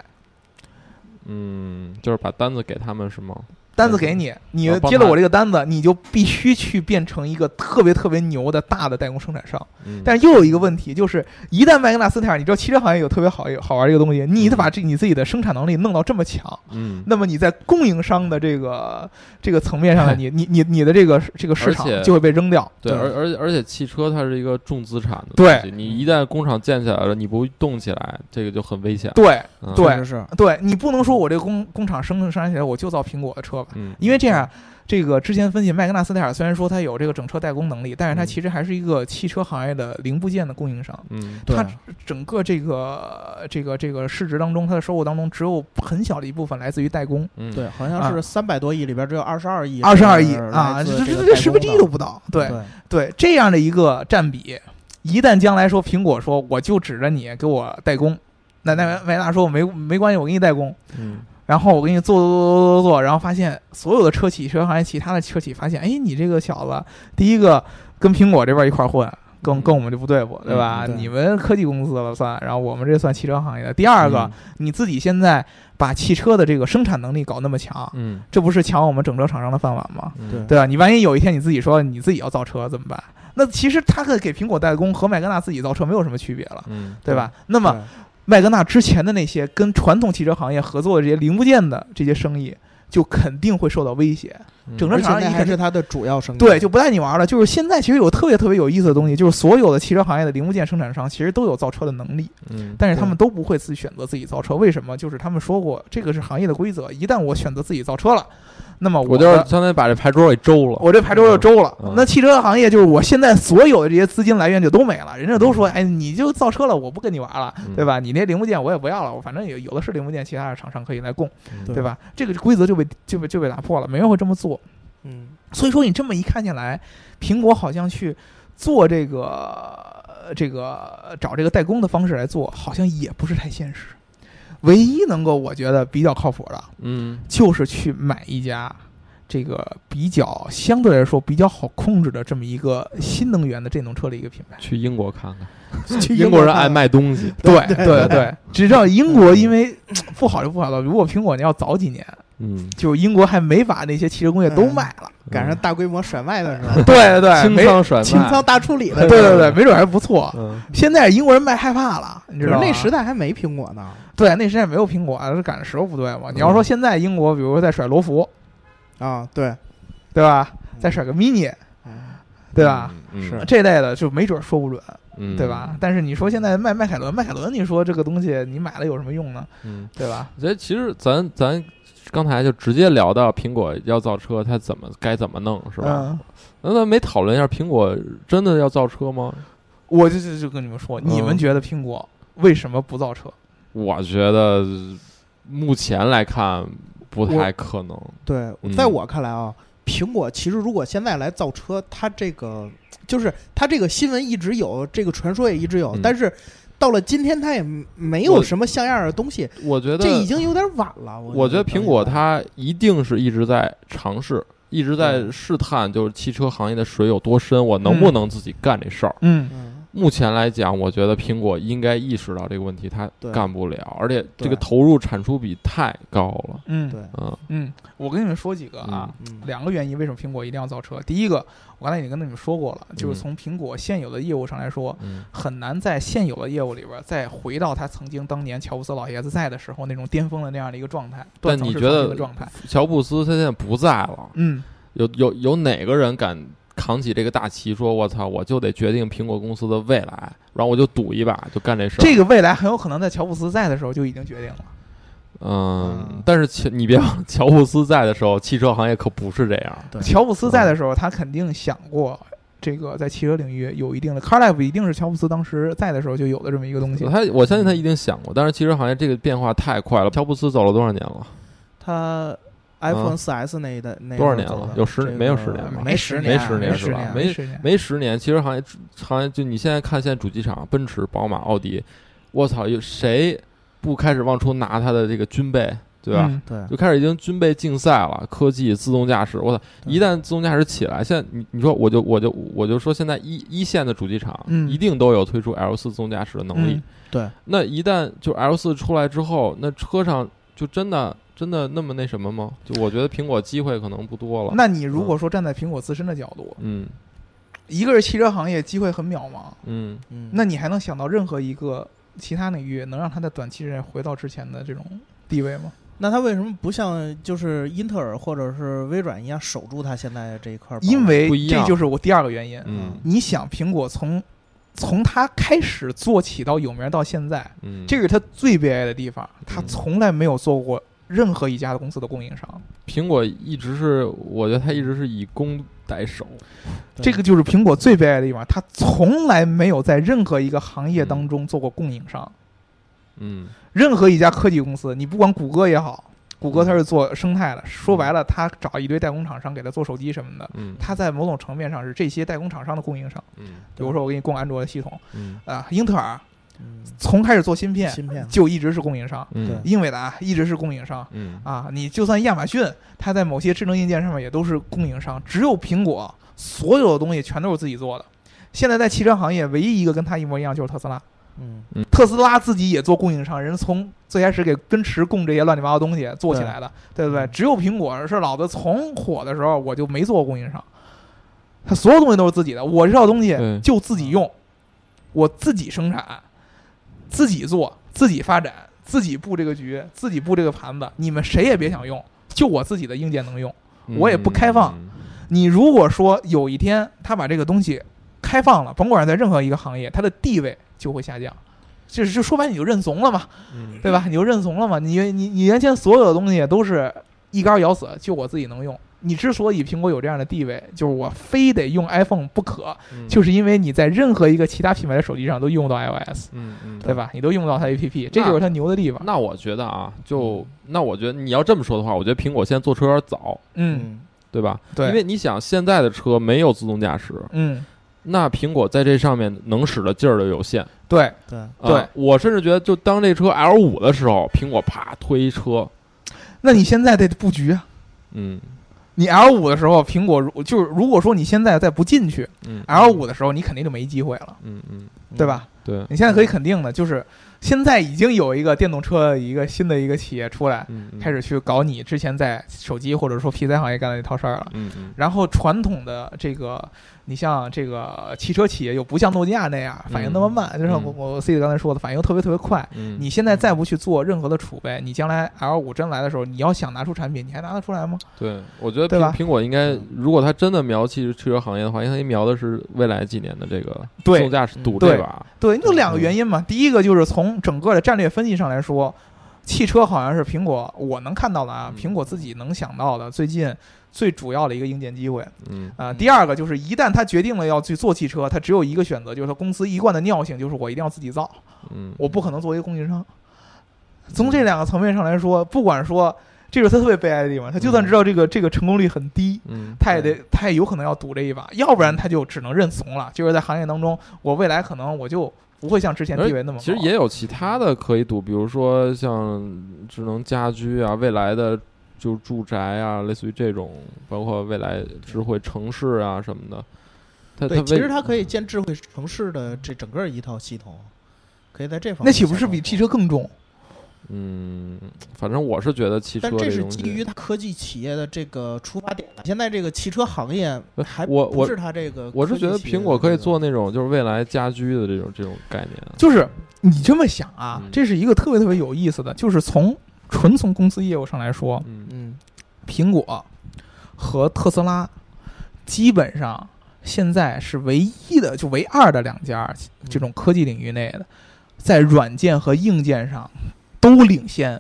嗯，就是把单子给他们是吗？单子给你，你哦帮接了他我这个单子，你就必须去变成一个特别特别牛的大的代工生产商。嗯，但是又有一个问题，就是一旦麦格纳斯泰尔，你知道汽车行业有特别好好玩一个东西，你得把这你自己的生产能力弄到这么强，嗯，那么你在供应商的这个这个层面上的你你你你的这个这个市场而且就会被扔掉。对，对而而且而且汽车它是一个重资产的东对西，你一旦工厂建起来了，你不动起来，这个就很危险。对嗯对确实是，对，你不能说我这个工工厂生生产起来我就造苹果的车吧，嗯，因为这样。这个之前分析，麦格纳斯泰尔虽然说它有这个整车代工能力，但是它嗯其实还是一个汽车行业的零部件的供应商。嗯，对它整个这个这个这个市值当中，它的收入当中，只有很小的一部分来自于代工，嗯，对，好像是三百多亿里边只有二十二亿，啊二十二亿啊，这这这十分之一都不到。对对对，这样的一个占比，一旦将来说苹果说我就指着你给我代工，那那维维纳说我没没关系，我给你代工，嗯，然后我给你做做做做做，然后发现所有的车企、车行业其他的车企发现，哎，你这个小子，第一个跟苹果这边一块儿混。跟跟我们就不对付，对吧？嗯对你们科技公司了算，然后我们这算汽车行业的。第二嗯个，你自己现在把汽车的这个生产能力搞那么强，嗯，这不是抢我们整车厂商的饭碗吗？嗯，对对吧？你万一有一天你自己说你自己要造车怎么办？那其实他给苹果代工和麦格纳自己造车没有什么区别了，嗯，对吧？那么对麦格纳之前的那些跟传统汽车行业合作的这些零部件的这些生意，就肯定会受到威胁。嗯整个而且那还是它的主要生意，对，就不带你玩了。就是现在其实有特别特别有意思的东西，就是所有的汽车行业的零部件生产商其实都有造车的能力，嗯，但是他们都不会自己选择自己造车。为什么？就是他们说过这个是行业的规则，一旦我选择自己造车了，那么我的就是相当于把这牌桌给周了。我这牌桌就周了嗯。那汽车行业就是我现在所有的这些资金来源就都没了，人家都说，哎，你就造车了，我不跟你玩了，嗯对吧？你那零部件我也不要了，我反正有有的是零部件，其他的厂商可以来供，对对吧？这个规则就被就被就被打破了，没人会这么做。嗯，所以说你这么一看起来，苹果好像去做这个呃这个找这个代工的方式来做，好像也不是太现实。唯一能够我觉得比较靠谱的，嗯就是去买一家这个比较相对来说比较好控制的这么一个新能源的电动车的一个品牌。去英国看看，去英国人爱看卖东西。对对对，只知道英国因为不好就不好了。如果苹果要早几年，嗯，就英国还没把那些汽车工业都卖了。赶上大规模甩卖的时候，对对对，清哎没仓甩卖，清仓大处理的时对对候，对，没准还不错。嗯，现在英国人卖害怕了，你知道吗？那时代还没苹果呢对那时代没有苹果，啊，是赶上时候不对嘛。你要说现在英国，比如说在甩罗孚，啊，对，对吧？再甩个 Mini，对吧？嗯？是这类的就没准说不准。嗯，对吧？但是你说现在卖迈凯伦，迈凯伦，你说这个东西你买了有什么用呢？嗯？对吧？我觉得其实咱咱刚才就直接聊到苹果要造车，它怎么该怎么弄是吧？嗯，那咱没讨论一下苹果真的要造车吗？我就就就跟你们说，你们觉得苹果为什么不造车？我觉得目前来看不太可能。对嗯，在我看来啊，苹果其实如果现在来造车，它这个就是它这个新闻一直有，这个传说也一直有，嗯但是到了今天，它也没我有什么像样的东西，我觉得这已经有点晚了。我觉得苹果它它一定是一直在尝试，一直在试探，就是汽车行业的水有多深，我能不能自己干这事儿。嗯嗯，目前来讲，我觉得苹果应该意识到这个问题，它对干不了，而且这对个投入产出比太高了。嗯对，嗯嗯，我跟你们说几个啊。嗯，两个原因，为什么苹果一定要造车？第一个，我刚才已经跟你们说过了，就是嗯从苹果现有的业务上来说，嗯很难在现有的业务里边再回到他曾经当年乔布斯老爷子在的时候那种巅峰的那样的一个状态，断但层你式觉创新得的状态？乔布斯他现在不在了，嗯，有有有哪个人敢扛起这个大旗说，我操，我就得决定苹果公司的未来，然后我就赌一把，就干这事儿。这个未来很有可能在乔布斯在的时候就已经决定了。嗯嗯，但是乔你别忘，乔布斯在的时候，汽车行业可不是这样。 对，乔布斯在的时候，他肯定想过这个在汽车领域有一定的 car life，一定是乔布斯当时在的时候就有的这么一个东西。他我相信他一定想过，但是汽车行业这个变化太快了。乔布斯走了多少年了？它 iPhone 四 S 那一代那啊多少年一代走的了有十这个没有十年吧没十年年，没十没年是吧年，没十年。没十年，汽车行业行业就你现在看现在主机厂，奔驰、宝马、奥迪，我操，有谁不开始往出拿他的这个军备，对吧？嗯对就开始已经军备竞赛了，科技、自动驾驶，我操！对一旦自动驾驶起来，现在你你说我就我就我就说，现在一一线的主机厂、嗯一定都有推出 L 四自动驾驶的能力。嗯对那一旦就 L 四出来之后，那车上就真的真的那么那什么吗？就我觉得苹果机会可能不多了。那你如果说站在苹果自身的角度，嗯一个是汽车行业机会很渺茫，嗯嗯，那你还能想到任何一个其他领域能让它在短期之内回到之前的这种地位吗？那它为什么不像就是英特尔或者是微软一样守住它现在这一块儿宝藏？因为不一这样就是我第二个原因。嗯你想，苹果从从它开始做起到有名到现在，嗯，这个是它最悲哀的地方，它嗯从来没有做过任何一家公司的供应商。苹果一直是，我觉得它一直是以攻代守。对这个就是苹果最悲哀的地方，它从来没有在任何一个行业当中做过供应商。嗯任何一家科技公司，你不管谷歌也好，谷歌它是做生态的，说白了，它找一堆代工厂商给它做手机什么的，嗯它在某种层面上是这些代工厂商的供应商。嗯比如说，我给你供安卓的系统嗯啊、英特尔嗯从开始做芯片芯片就一直是供应商，嗯英伟达一直是供应商。嗯啊，你就算亚马逊，它在某些智能硬件上面也都是供应商，只有苹果所有的东西全都是自己做的。现在在汽车行业，唯一一个跟它一模一样就是特斯拉，嗯特斯拉自己也做供应商，人从最开始给奔驰供这些乱七八糟东西做起来的，对不对？只有苹果是老子从火的时候我就没做过供应商，它所有东西都是自己的，我这套东西对就自己用，我自己生产，自己做，自己发展，自己布这个局，自己布这个盘子，你们谁也别想用，就我自己的硬件能用。嗯，我也不开放嗯。你如果说有一天他把这个东西开放了，甭管在任何一个行业，它的地位就会下降。就是就说白，了，你就认怂了嘛，嗯对吧？你就认怂了嘛。你你你原先所有的东西都是一竿咬死，就我自己能用。你之所以苹果有这样的地位，就是我非得用 iPhone 不可，嗯就是因为你在任何一个其他品牌的手机上都用不到 iOS，嗯嗯，对吧？你都用不到它 APP，这就是它牛的地方。那我觉得啊，就那我觉得你要这么说的话，我觉得苹果现在做车有点早，嗯，嗯对吧？对因为你想现在的车没有自动驾驶，嗯，那苹果在这上面能使的劲儿就有限。对，对，啊对我甚至觉得，就当这车 L 五的时候，苹果啪推一车，那你现在得布局啊。嗯你 L 五的时候，苹果如就是如果说你现在再不进去嗯 L 五的时候，你肯定就没机会了，嗯嗯，对吧？对，你现在可以肯定的，就是现在已经有一个电动车一个新的一个企业出来，嗯嗯开始去搞你之前在手机或者说 PC 行业干的那套事儿了。嗯嗯然后传统的这个，你像这个汽车企业又不像诺基亚那样反应那么慢，就像我嗯我 C 姐刚才说的，反应特别特别快。嗯，你现在再不去做任何的储备，你将来 L 五真来的时候，你要想拿出产品，你还拿得出来吗？对，我觉得对吧苹苹果应该嗯，如果它真的瞄汽汽车行业的话，应该瞄的是未来几年的这个对自动驾驶赌对这把。对，就两个原因嘛。第一个就是从整个的战略分析上来说，汽车好像是苹果我能看到的啊，嗯苹果自己能想到的最近最主要的一个硬件机会啊、嗯呃嗯第二个就是一旦他决定了要去做汽车，他只有一个选择，就是他公司一贯的尿性就是我一定要自己造，嗯，我不可能作为供应商。从这两个层面上来说，不管说这是他特别悲哀的地方，他就算知道这个这个成功率很低，嗯他也得，他也有可能要赌这一把，要不然他就只能认怂了。就是在行业当中，我未来可能我就不会像之前地位那么高。其实也有其他的可以赌，比如说像智能家居啊，未来的就住宅啊，类似于这种，包括未来智慧城市啊什么的。它对，它其实为它可以建智慧城市的这整个一套系统，可以在这方面那岂不是比汽下功夫车更重？嗯，反正我是觉得汽车但这是东基西于它科技企业的这个出发点吧。现在这个汽车行业不还呃我不我是它这个，我是觉得苹果可以做，那种就是未来家居的这种这种概念啊。就是你这么想啊嗯，这是一个特别特别有意思的，就是从纯从公司业务上来说，嗯嗯，苹果和特斯拉基本上现在是唯一的，就唯二的两家这种科技领域内的，在软件和硬件上都领先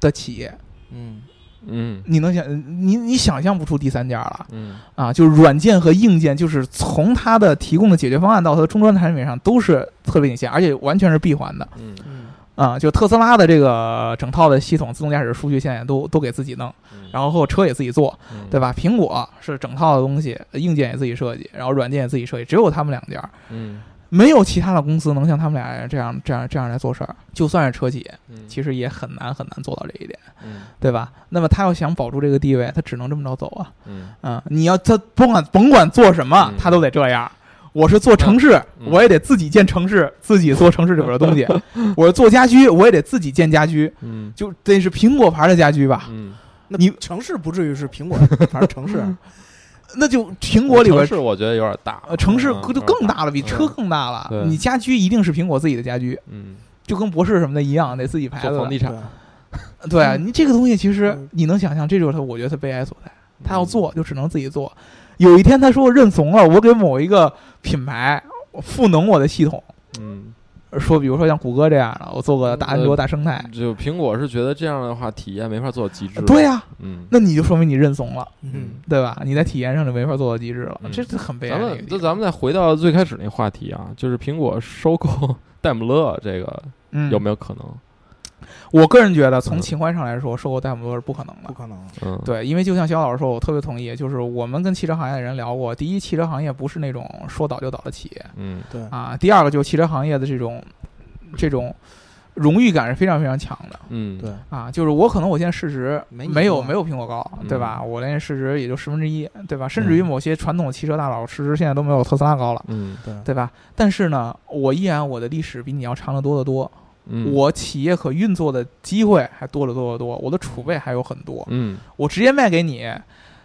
的企业。嗯嗯你能想你你想象不出第三家了嗯啊！就是软件和硬件，就是从它的提供的解决方案到它的终端产品上，都是特别领先，而且完全是闭环的嗯嗯啊！就特斯拉的这个整套的系统，自动驾驶数据现在都都给自己弄，嗯，然后车也自己做，嗯对？吧？苹果是整套的东西，硬件也自己设计，然后软件也自己设计，只有他们两家，嗯没有其他的公司能像他们俩这样这样这样来做事儿。就算是车企，嗯，其实也很难很难做到这一点，嗯对吧？那么他要想保住这个地位，他只能这么着走啊。嗯嗯，你要他甭管甭管做什么嗯，他都得这样。我是做城市，嗯我也得自己建城市，自己做城市里边的东 西。我是做家居，我也得自己建家居，嗯就这是苹果牌的家居吧？嗯，那你城市不至于是苹果，反正城市那就苹果里边城市嗯我觉得有点大呃，城市嗯就更大了，比嗯车更大了。对你家居一定是苹果自己的家居，嗯，就跟博士什么的一样，得自己牌做子房的。地对产，对你这个东西，其实嗯你能想象，这就是他，我觉得他悲哀所在。他嗯要做，就只能自己做。有一天他说我认怂了，我给某一个品牌我赋能我的系统，嗯，说比如说像谷歌这样的，我做个大安卓呃大生态嗯，。就苹果是觉得这样的话体验没法做到极致，哎对，呀、嗯，那你就说明你认怂了，嗯，对吧？你在体验上就没法做到极致了，嗯这是很悲哀咱的一们个地那方。咱们再回到最开始那话题啊，就是苹果收购戴姆勒这个嗯，有没有可能？我个人觉得，从嗯情怀上来说，收购戴姆勒是不可能的不。可能。嗯，对，因为就像肖老师说，我特别同意，就是我们跟汽车行业的人聊过，第一，汽车行业不是那种说倒就倒的企业嗯，对，啊；第二个，就是汽车行业的这种这种荣誉感是非常非常强的嗯，对，啊。就是我可能我现在市值没你没有高没有苹果高，对吧？我连市值也就十分之一，对吧？甚至嗯于某些传统汽车大佬市值现在都没有特斯拉高了。嗯，对，对吧？但是呢，我依然我的历史比你要长得多得多，嗯，，我企业可运作的机会还多得多得多，我的储备还有很多。嗯，我直接卖给你，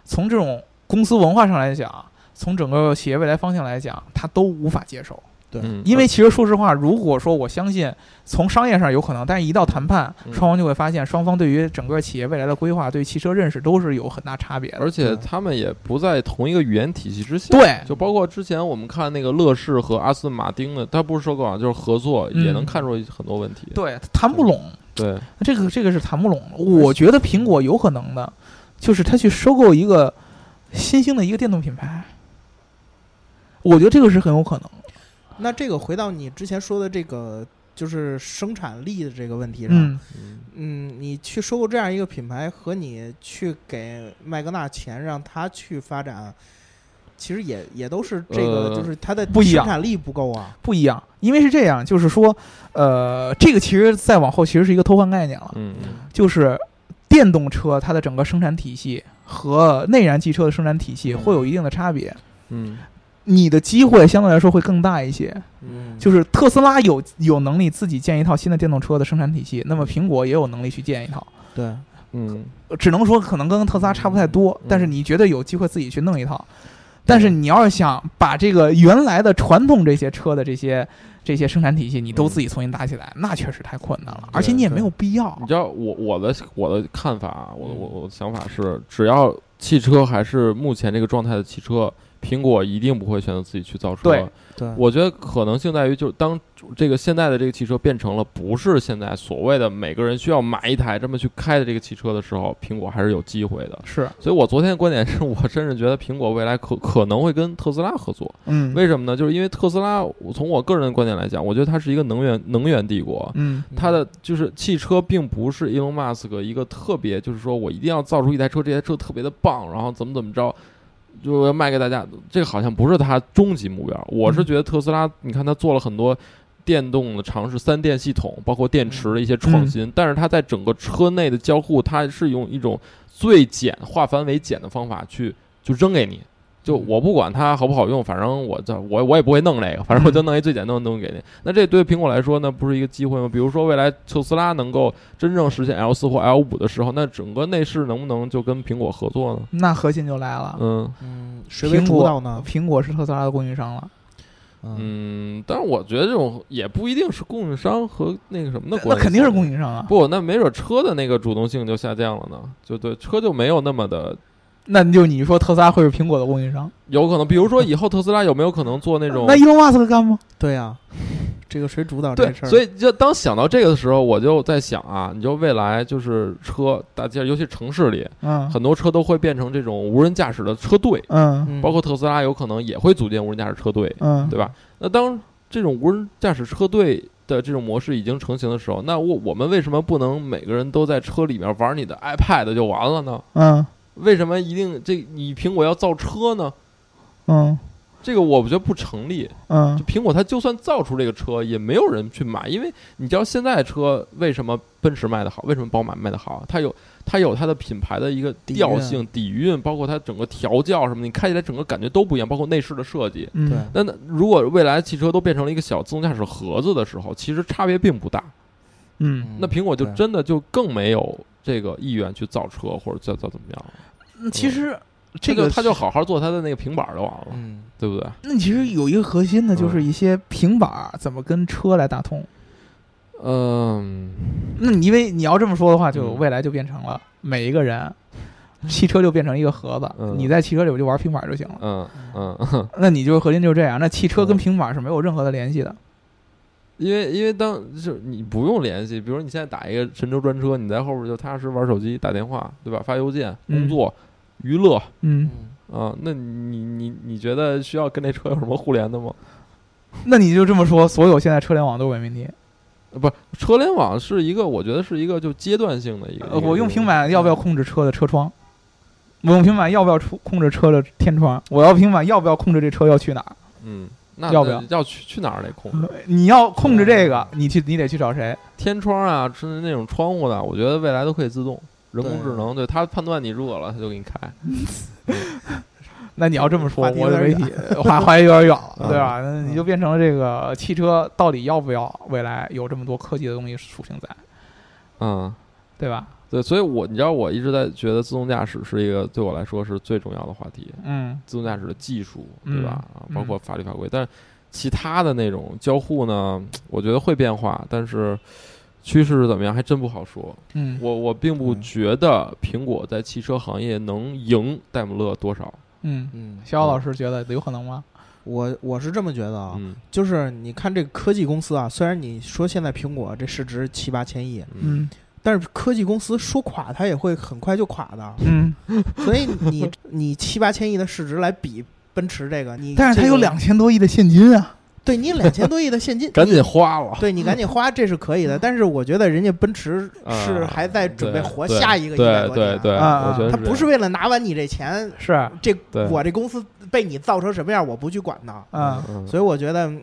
从这种公司文化上来讲，从整个企业未来方向来讲，他都无法接受。对嗯因为其实说实话，如果说我相信从商业上有可能，但是一到谈判，嗯双方就会发现双方对于整个企业未来的规划、对汽车认识都是有很大差别的。而且对他们也不在同一个语言体系之下，对就包括之前我们看那个乐视和阿斯顿马丁的，它不是收购啊，就是合作，嗯也能看出很多问题。对，谈不拢，对，这个这个是谈不拢的。我觉得苹果有可能的，就是他去收购一个新兴的一个电动品牌，我觉得这个是很有可能。那这个回到你之前说的这个，就是生产力的这个问题上，嗯，嗯嗯，你去收购这样一个品牌，和你去给麦格纳钱让他去发展，其实也也都是这个，呃就是它的不一样生产力不够啊。不一样，因为是这样，就是说，呃，这个其实再往后其实是一个偷换概念了，嗯就是电动车它的整个生产体系和内燃机车的生产体系会有一定的差别，嗯你的机会相对来说会更大一些。嗯，就是特斯拉有有能力自己建一套新的电动车的生产体系，那么苹果也有能力去建一套。对，嗯呃只能说可能跟特斯拉差不太多，嗯但是你觉得有机会自己去弄一套。但是你要是想把这个原来的传统这些车的这些这些生产体系，你都嗯自己重新搭起来，那确实太困难了对，而且你也没有必要你。知道我我的我的看法啊，我我我的想法是，只要汽车还是目前这个状态的汽车，苹果一定不会选择自己去造车。对对，我觉得可能性在于，就是当这个现在的这个汽车变成了不是现在所谓的每个人需要买一台这么去开的这个汽车的时候，苹果还是有机会的。是，所以我昨天的观点是我甚至觉得苹果未来可可能会跟特斯拉合作，嗯，为什么呢？就是因为特斯拉，我从我个人的观点来讲，我觉得它是一个能源能源帝国。嗯它的就是汽车，并不是 Elon Musk 一个特别，就是说我一定要造出一台车，这台车特别的棒，然后怎么怎么着，就我要卖给大家。这个好像不是它终极目标。我是觉得特斯拉，你看它做了很多电动的尝试，三电系统，包括电池的一些创新，但是它在整个车内的交互，它是用一种最简化繁为简的方法去就扔给你。就我不管它好不好用，反正我这我我也不会弄这个，嗯反正我就弄一最简单的东西给你。那这对苹果来说呢，不是一个机会吗？比如说未来特斯拉能够真正实现 L 四或 L 五的时候，那整个内饰能不能就跟苹果合作呢？那核心就来了，嗯嗯，谁为苹主导果呢？苹果是特斯拉的供应商了，啊嗯，嗯，但是我觉得这种也不一定是供应商和那个什么的关系，那肯定是供应商啊，不，那没准车的那个主动性就下降了呢，就对车就没有那么的那你就你说特斯拉会是苹果的供应商，有可能。比如说以后特斯拉有没有可能做那种那伊隆马斯克干吗？对呀、这个谁主导对这，事儿？所以以就当想到这个的时候，我就在想啊，你就未来就是车，大街尤其城市里，嗯很多车都会变成这种无人驾驶的车队，嗯包括特斯拉有可能也会组建无人驾驶车队，嗯，对吧？那当这种无人驾驶车队的这种模式已经成型的时候，那我我们为什么不能每个人都在车里面玩你的 iPad 就完了呢？嗯为什么一定这你苹果要造车呢？嗯，这个我觉得不成立。嗯就苹果它就算造出这个车，也没有人去买，因为你知道现在车为什么奔驰卖的好，为什么宝马卖的好，它有它有它的品牌的一个底蕴调性、底蕴，包括它整个调教什么的，你开起来整个感觉都不一样，包括内饰的设计。嗯对那那如果未来汽车都变成了一个小自动驾驶盒子的时候，其实差别并不大。嗯，那苹果就对真的就更没有这个意愿去造车或者造造怎么样了。嗯那其实这这个个他就好好做他的那个平板儿就完了，嗯，对不对？那其实有一个核心的，嗯就是一些平板儿怎么跟车来打通。嗯，那你因为你要这么说的话，就嗯未来就变成了每一个人，汽车就变成一个盒子，嗯你在汽车里边就玩平板儿就行了。嗯嗯，那你就是核心就是这样，那汽车跟嗯平板儿是没有任何的联系的。因为因为当就是你不用联系，比如你现在打一个神州专车，你在后边就踏踏实实玩手机、打电话，对吧？发邮件、嗯工作、娱乐嗯，啊，那你你你觉得需要跟这车有什么互联的吗？那你就这么说，所有现在车联网都伪命题。呃不是，车联网是一个，我觉得是一个就阶段性的一个。呃，我用平板，板要不要控制车的车窗？我用平板要不要出控制车的天窗？我要平板要不要控制这车要去哪儿？嗯，那要不要嗯要去去哪儿得控制？你要控制嗯这个，你去你得去找谁？天窗啊，是那种窗户的，我觉得未来都可以自动人工对智能，对它判断你热了，它就给你开。那你要这么说，话题我有的点媒体话话题有点 远啊了，嗯对吧？那你就变成了这个汽车到底要不要未来有这么多科技的东西属性在，嗯，对吧？对，所以我你知道，我一直在觉得自动驾驶是一个对我来说是最重要的话题，嗯自动驾驶的技术，对吧？啊嗯包括法律法规，但是其他的那种交互呢，我觉得会变化，但是趋势是怎么样还真不好说。嗯我我并不嗯觉得苹果在汽车行业能赢戴姆勒多少。嗯，嗯，肖老师觉得有可能吗？我我是这么觉得啊，嗯就是你看这个科技公司啊，虽然你说现在苹果这市值七八千亿，嗯，但是科技公司说垮它也会很快就垮的，嗯，所以你你七八千亿的市值来比奔驰这个，你但是这他有个两千多亿的现金啊，对你两千多亿的现金赶紧花了。对你赶紧花，这是可嗯以的。但是我觉得人家奔驰是啊还在准备活对下一个一对百多年对对，啊，啊我觉得他不是这样为了拿完你这钱，是，这对我这公司被你造成什么样，我不去管的。嗯，嗯所以我觉得嗯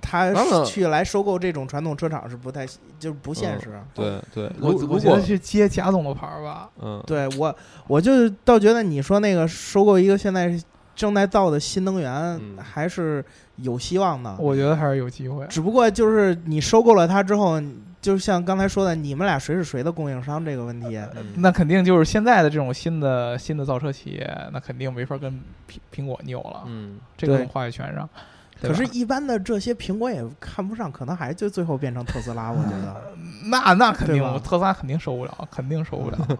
他当然去来收购这种传统车厂是不太就是不现实。嗯对对，我如我如觉果得去接贾总的牌儿吧，嗯对我，我就倒觉得你说那个收购一个现在正在造的新能源嗯还是有希望的，我觉得还是有机会。只不过就是你收购了它之后，就像刚才说的，你们俩谁是谁的供应商这个问题，嗯那肯定就是现在的这种新的新的造车企业，那肯定没法跟苹苹果扭了，嗯这个对话语权上。对可吧是，一般的这些苹果也看不上，可能还就最后变成特 斯拉。我觉得，那那肯定对吧特斯拉肯定受不了，肯定受不了，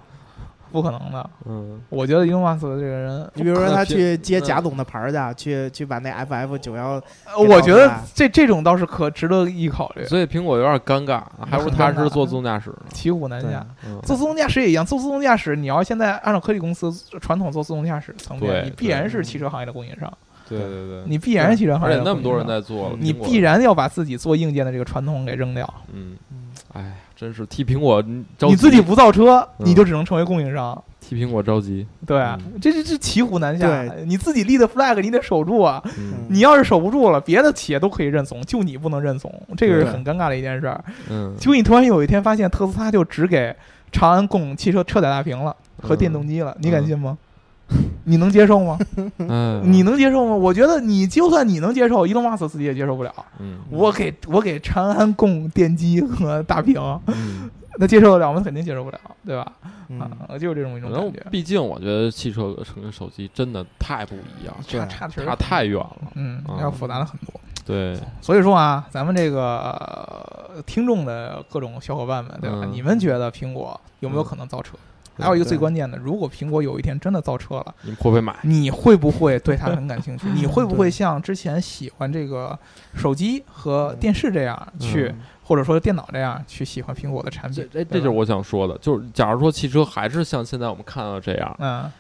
不可能的。嗯我觉得伊隆马斯克这个人，你比如说他那去苹接贾那总的牌儿去，去去把那 FF 九幺，呃我觉得这这种倒是可值得一考虑，所以苹果有点尴尬，还不如踏实做自动驾驶呢。骑虎难啊下。嗯嗯做自动驾驶也一样，做自动驾驶，你要现在按照科技公司传统做自动驾驶层面，对你必然是汽车行业的供应商，对对对，你必然是汽车哎行而业且的那么多供应商，人在做了，你苹果必然要把自己做硬件的这个传统给扔掉。嗯，嗯哎呀，真是替苹果嗯着急，你自己不造车，嗯你就只能成为供应商。替苹果着急。对啊嗯，这这这骑虎难下。对你自己立的 flag，你得守住啊！嗯你要是守不住了，别的企业都可以认怂，就你不能认怂，这个是很尴尬的一件事儿。嗯，结果你突然有一天发现，特斯拉就只给长安供汽车车载大屏了嗯和电动机了，你敢信吗？ 你能接受吗？嗯， 你能接受吗？我觉得你就算你能接受，伊隆马斯克自己也接受不了。嗯，我给我给长安供电机和大屏，嗯，他接受得了吗？他肯定接受不了，对吧？嗯，啊，就是这种一种然后感觉。毕竟我觉得汽车跟手机真的太不一样，差对差的确实差太远了。嗯，嗯要复杂了很多。对，所以说啊，咱们这个、呃听众的各种小伙伴们，对吧？嗯你们觉得苹果有没有可能造车？还有一个最关键的，如果苹果有一天真的造车了，你们会不会买？你会不会对它很感兴趣？你会不会对像之前喜欢这个手机和电视这样去，嗯或者说电脑这样去喜欢苹果的产这品？这这对就是吧我想说的，就是假如说汽车还是像现在我们看到这样，嗯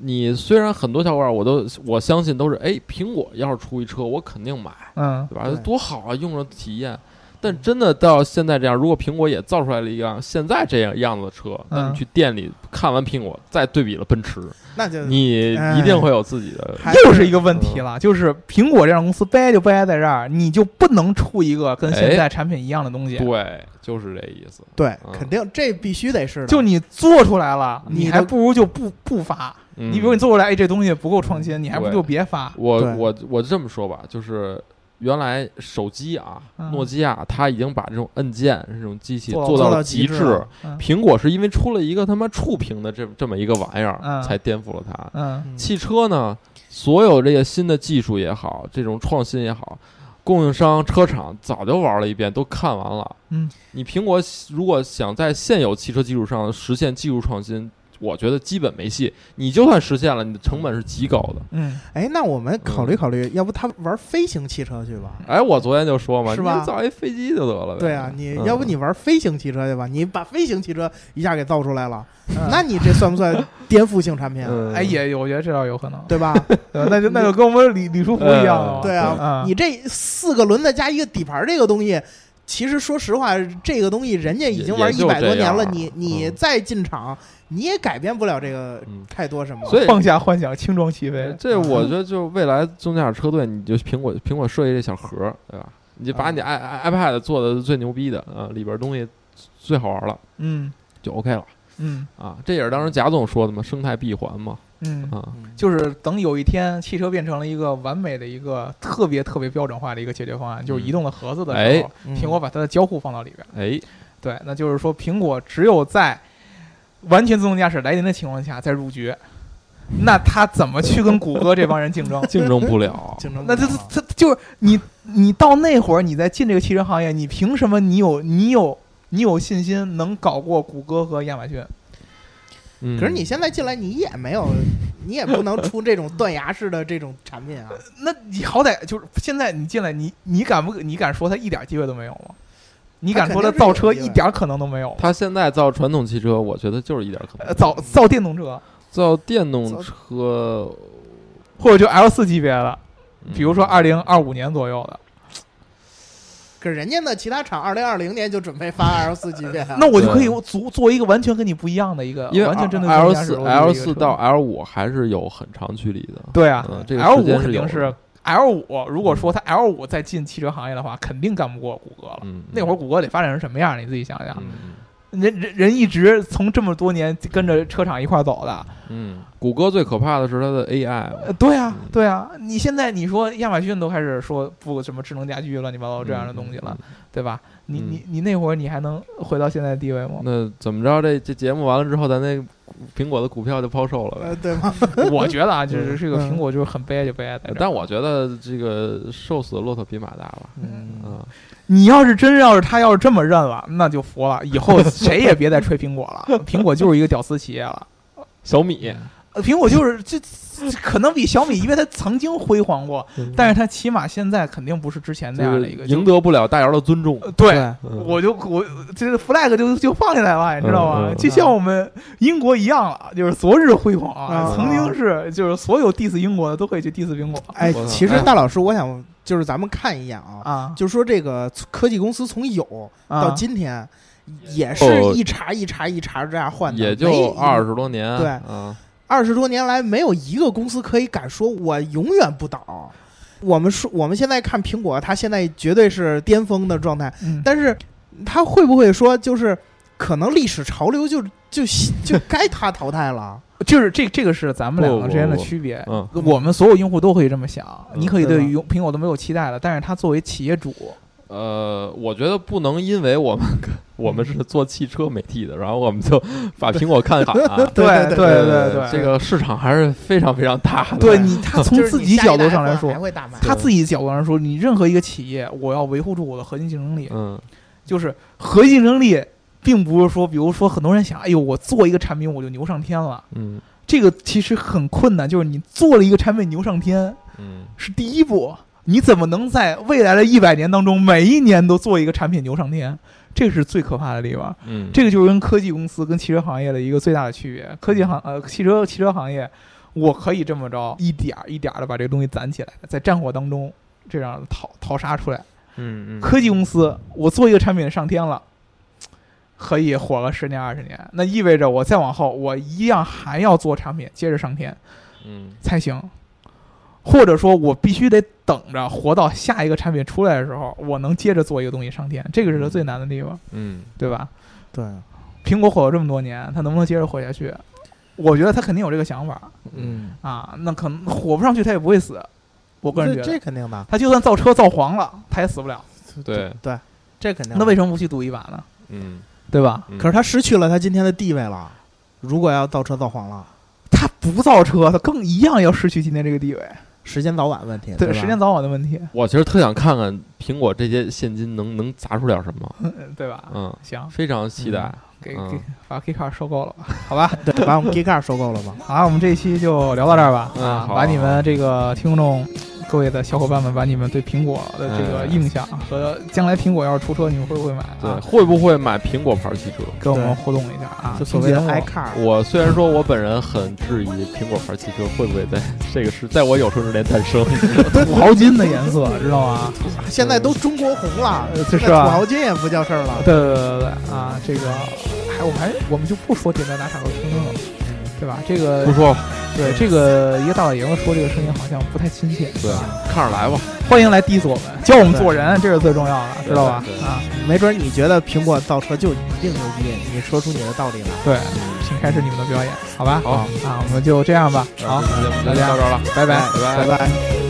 你虽然很多小伙伴我都我相信都是，哎，苹果要是出一车，我肯定买，嗯对吧？对多好啊，用着体验。但真的到现在这样，如果苹果也造出来了一辆现在这样样子的车，那嗯你去店里看完苹果，再对比了奔驰，那就你一定会有自己的。还又是一个问题了，就是苹果这样的公司掰就掰在这儿，你就不能出一个跟现在产品一样的东西。对，就是这意思。对，嗯肯定这必须得是的就你做出来了，你你还的不如就不不发。嗯、你比如你做出来，哎，这东西不够创新，你还不如对就别发。我对我我这么说吧，就是原来手机啊，嗯诺基亚它已经把这种按键这种机器做到做到到极极致了嗯苹果是因为出了一个他妈触屏的这这么一个玩意儿，嗯才颠覆了它。嗯，嗯汽车呢，所有这些新的技术也好，这种创新也好，供应商、车厂早就玩了一遍，都看完了。嗯，你苹果如果想在现有汽车基础上实现技术创新，我觉得基本没戏。你就算实现了，你的成本是极高的。嗯，哎，那我们考虑考虑，要不他玩飞行汽车去吧？哎，我昨天就说嘛，嗯是吧你就造一飞机就得了呗。对啊，你嗯要不你玩飞行汽车去吧？你把飞行汽车一下给造出来了，嗯那你这算不算颠覆性产品啊？嗯哎，也我觉得这倒有可能，对吧？对吧那就那就跟我们李李书福一样了嘛。对啊，嗯你这四个轮子加一个底盘，这个东西，其实说实话，这个东西人家已经玩也也一就百多年了，这样你你嗯再进场，你也改变不了这个嗯太多什么。所以放下幻想，轻装起飞。这我觉得就未来自动驾驶车队，你就苹果苹果设计这小盒儿，对吧？你就把嗯你 i i iPad 做的最牛逼的啊，里边儿东西最好玩了，嗯就 OK 了嗯啊。这也是当时贾总说的嘛，生态闭环嘛嗯，啊。嗯就是等有一天汽车变成了一个完美的一个特别特别标准化的一个解决方案，就是移动的盒子的时候，嗯，苹果把它的交互放到里边。哎，？对，那就是说苹果只有在完全自动驾驶来临的情况下再入局，那他怎么去跟谷歌这帮人竞争 竞争不了 竞争那这不这了这就是你你到那会儿你再进这个汽车行业，你凭什么你有你有你有信心能搞过谷歌和亚马逊？嗯可是你现在进来，你也没有， 你也不能出这种断崖式的这种产品啊。那你好歹就是现在你进来，你你敢不你敢说他一点机会都没有吗？你敢说他造车一点可能都没有吗？他现在造传统汽车，我觉得就是一点可呃能。造造电动车，造电动车，或者就 L 四级别的，嗯比如说二零二五年左右的，可是人家呢，其他厂二零二零年就准备发 L 四级别啊，那我就可以对做做一个完全跟你不一样的一个，因为啊完全针对 L 自动驾驶四的一个 L 车四到 L 五还是有很长距离的。对啊嗯，这个，L 时五间肯是有定的嗯是 L 五，如果说它 L 五再进汽车行业的话，肯定干不过谷歌了。嗯，那会儿谷歌得发展成什么样？你自己想想，嗯，人人人一直从这么多年跟着车厂一块儿走的，嗯，谷歌最可怕的是它的 AI 嘛。呃，对啊嗯，对啊，你现在你说亚马逊都开始说不什么智能家居乱七八糟呃这样的东西了，对吧？你嗯你你那会儿你还能回到现在的地位 吗？那怎么着？这这节目完了之后，咱那苹果的股票就抛售了呗。呃，对吗？我觉得啊，就是嗯这个嗯苹果就是很悲哀就悲哀在这儿。哎但我觉得这个瘦死的骆驼比马大吧。嗯，嗯，你要是真要是他要是这么认了，那就服了，以后谁也别再吹苹果 了，苹果就是一个屌丝企业了。小米，呃苹果就是这，这可能比小米，因为它曾经辉煌过，但是它起码现在肯定不是之前那这样个的一个。赢得不了大姚的尊重。呃对，嗯我就我这个 flag 就就放下来了，你知道吗？嗯嗯就像我们英国一样了，就是昨日辉煌啊，嗯曾经是就是所有 diss 英国的都可以去 diss 苹果哎我，其哎实大老师，我想就是咱们看一眼啊，啊，就说这个科技公司从有到啊今天，也是哦一茬一茬一茬这样换的，也没就二嗯十多年。对啊，二十多年来，没有一个公司可以敢说我永远不倒。我们说，我们现在看苹果，它现在绝对是巅峰的状态，嗯但是它会不会说，就是可能历史潮流就就就该它淘汰了？就是这这个是咱们两个之间的不不不区别。嗯，我们所有用户都可以这么想，嗯你可以对对吧用苹果都没有期待了，但是它作为企业主，呃，我觉得不能因为我们我们是做汽车媒体的，然后我们 就把苹果看喊。 对对对对，这个市场还是非常非常大的。对 你他 从就是自你己下一角度代上来 iPhone 说还，会大卖。他自己角度上说，你任何一个企业，我要维护住我的核心竞争力，嗯，就是核心竞争力，并不是说，比如说很多人想，哎呦，我做一个产品我就牛上天了，嗯这个其实很困难。就是你做了一个产品牛上天嗯是第一步，你怎么能在未来的一百年当中，每一年都做一个产品牛上天？这是最可怕的地方。嗯，这个就是跟科技公司跟汽车行业的一个最大的区别。科技行呃，汽车汽车行业，我可以这么着一点儿一点的把这个东西攒起来，在战火当中这样淘淘沙出来。嗯嗯，科技公司，我做一个产品上天了，可以火个十年二十年，那意味着我再往后，我一样还要做产品，接着上天嗯才行。或者说我必须得等着活到下一个产品出来的时候，我能接着做一个东西上天，这个是它最难的地方，嗯对吧？对，苹果火了这么多年，它能不能接着火下去？我觉得它肯定有这个想法嗯，啊，那可能火不上去，它也不会死。我个人觉这得，这肯定的，他就算造车造黄了，他也死不了。对，对，这肯定的。那为什么不去赌一把呢？嗯，对吧？嗯可是他失去了他今天的地位了。如果要造车造黄了，他不造车，他更一样要失去今天这个地位。时间早晚问题，对，吧时间早晚的问题， 我其实特想看看苹果这些现金能能砸出点什么，嗯对吧？嗯，行，非常期待。给嗯给把 K 卡收购了吧，好吧？对， 把我们 g i g a 收购了 吧。好，我们这一期就聊到这儿吧。嗯啊，好把你们这个听众。各位的小伙伴们，把你们对苹果的这个嗯印象和将来苹果要是出车，你们会不会买对，啊？会不会买苹果牌汽车？跟我们互动一下啊！就所谓的听节目 iCar，我虽然说我本人很质疑苹果牌汽车会不会在这个时，在我有生之年诞 生。土豪金的颜色，知道吗？现在都中国红了，呃现是在吧土豪金也不叫事儿了。对对对对对啊，这个还我们还我们就不说简单拿傻瓜听听了，对吧？这个不说了，对这个一个大老爷们说这个声音好像不太亲切，对，看着来吧。欢迎来 diss 我们，教我们做人，这是最重要的，知道吧对？啊，没准你觉得苹果造车就一定牛逼，你说出你的道理来。对，请开始你们的表演，好吧？好啊，我们就这样吧，好好，，那今天节大目就家到这儿了，拜拜拜拜拜拜。拜。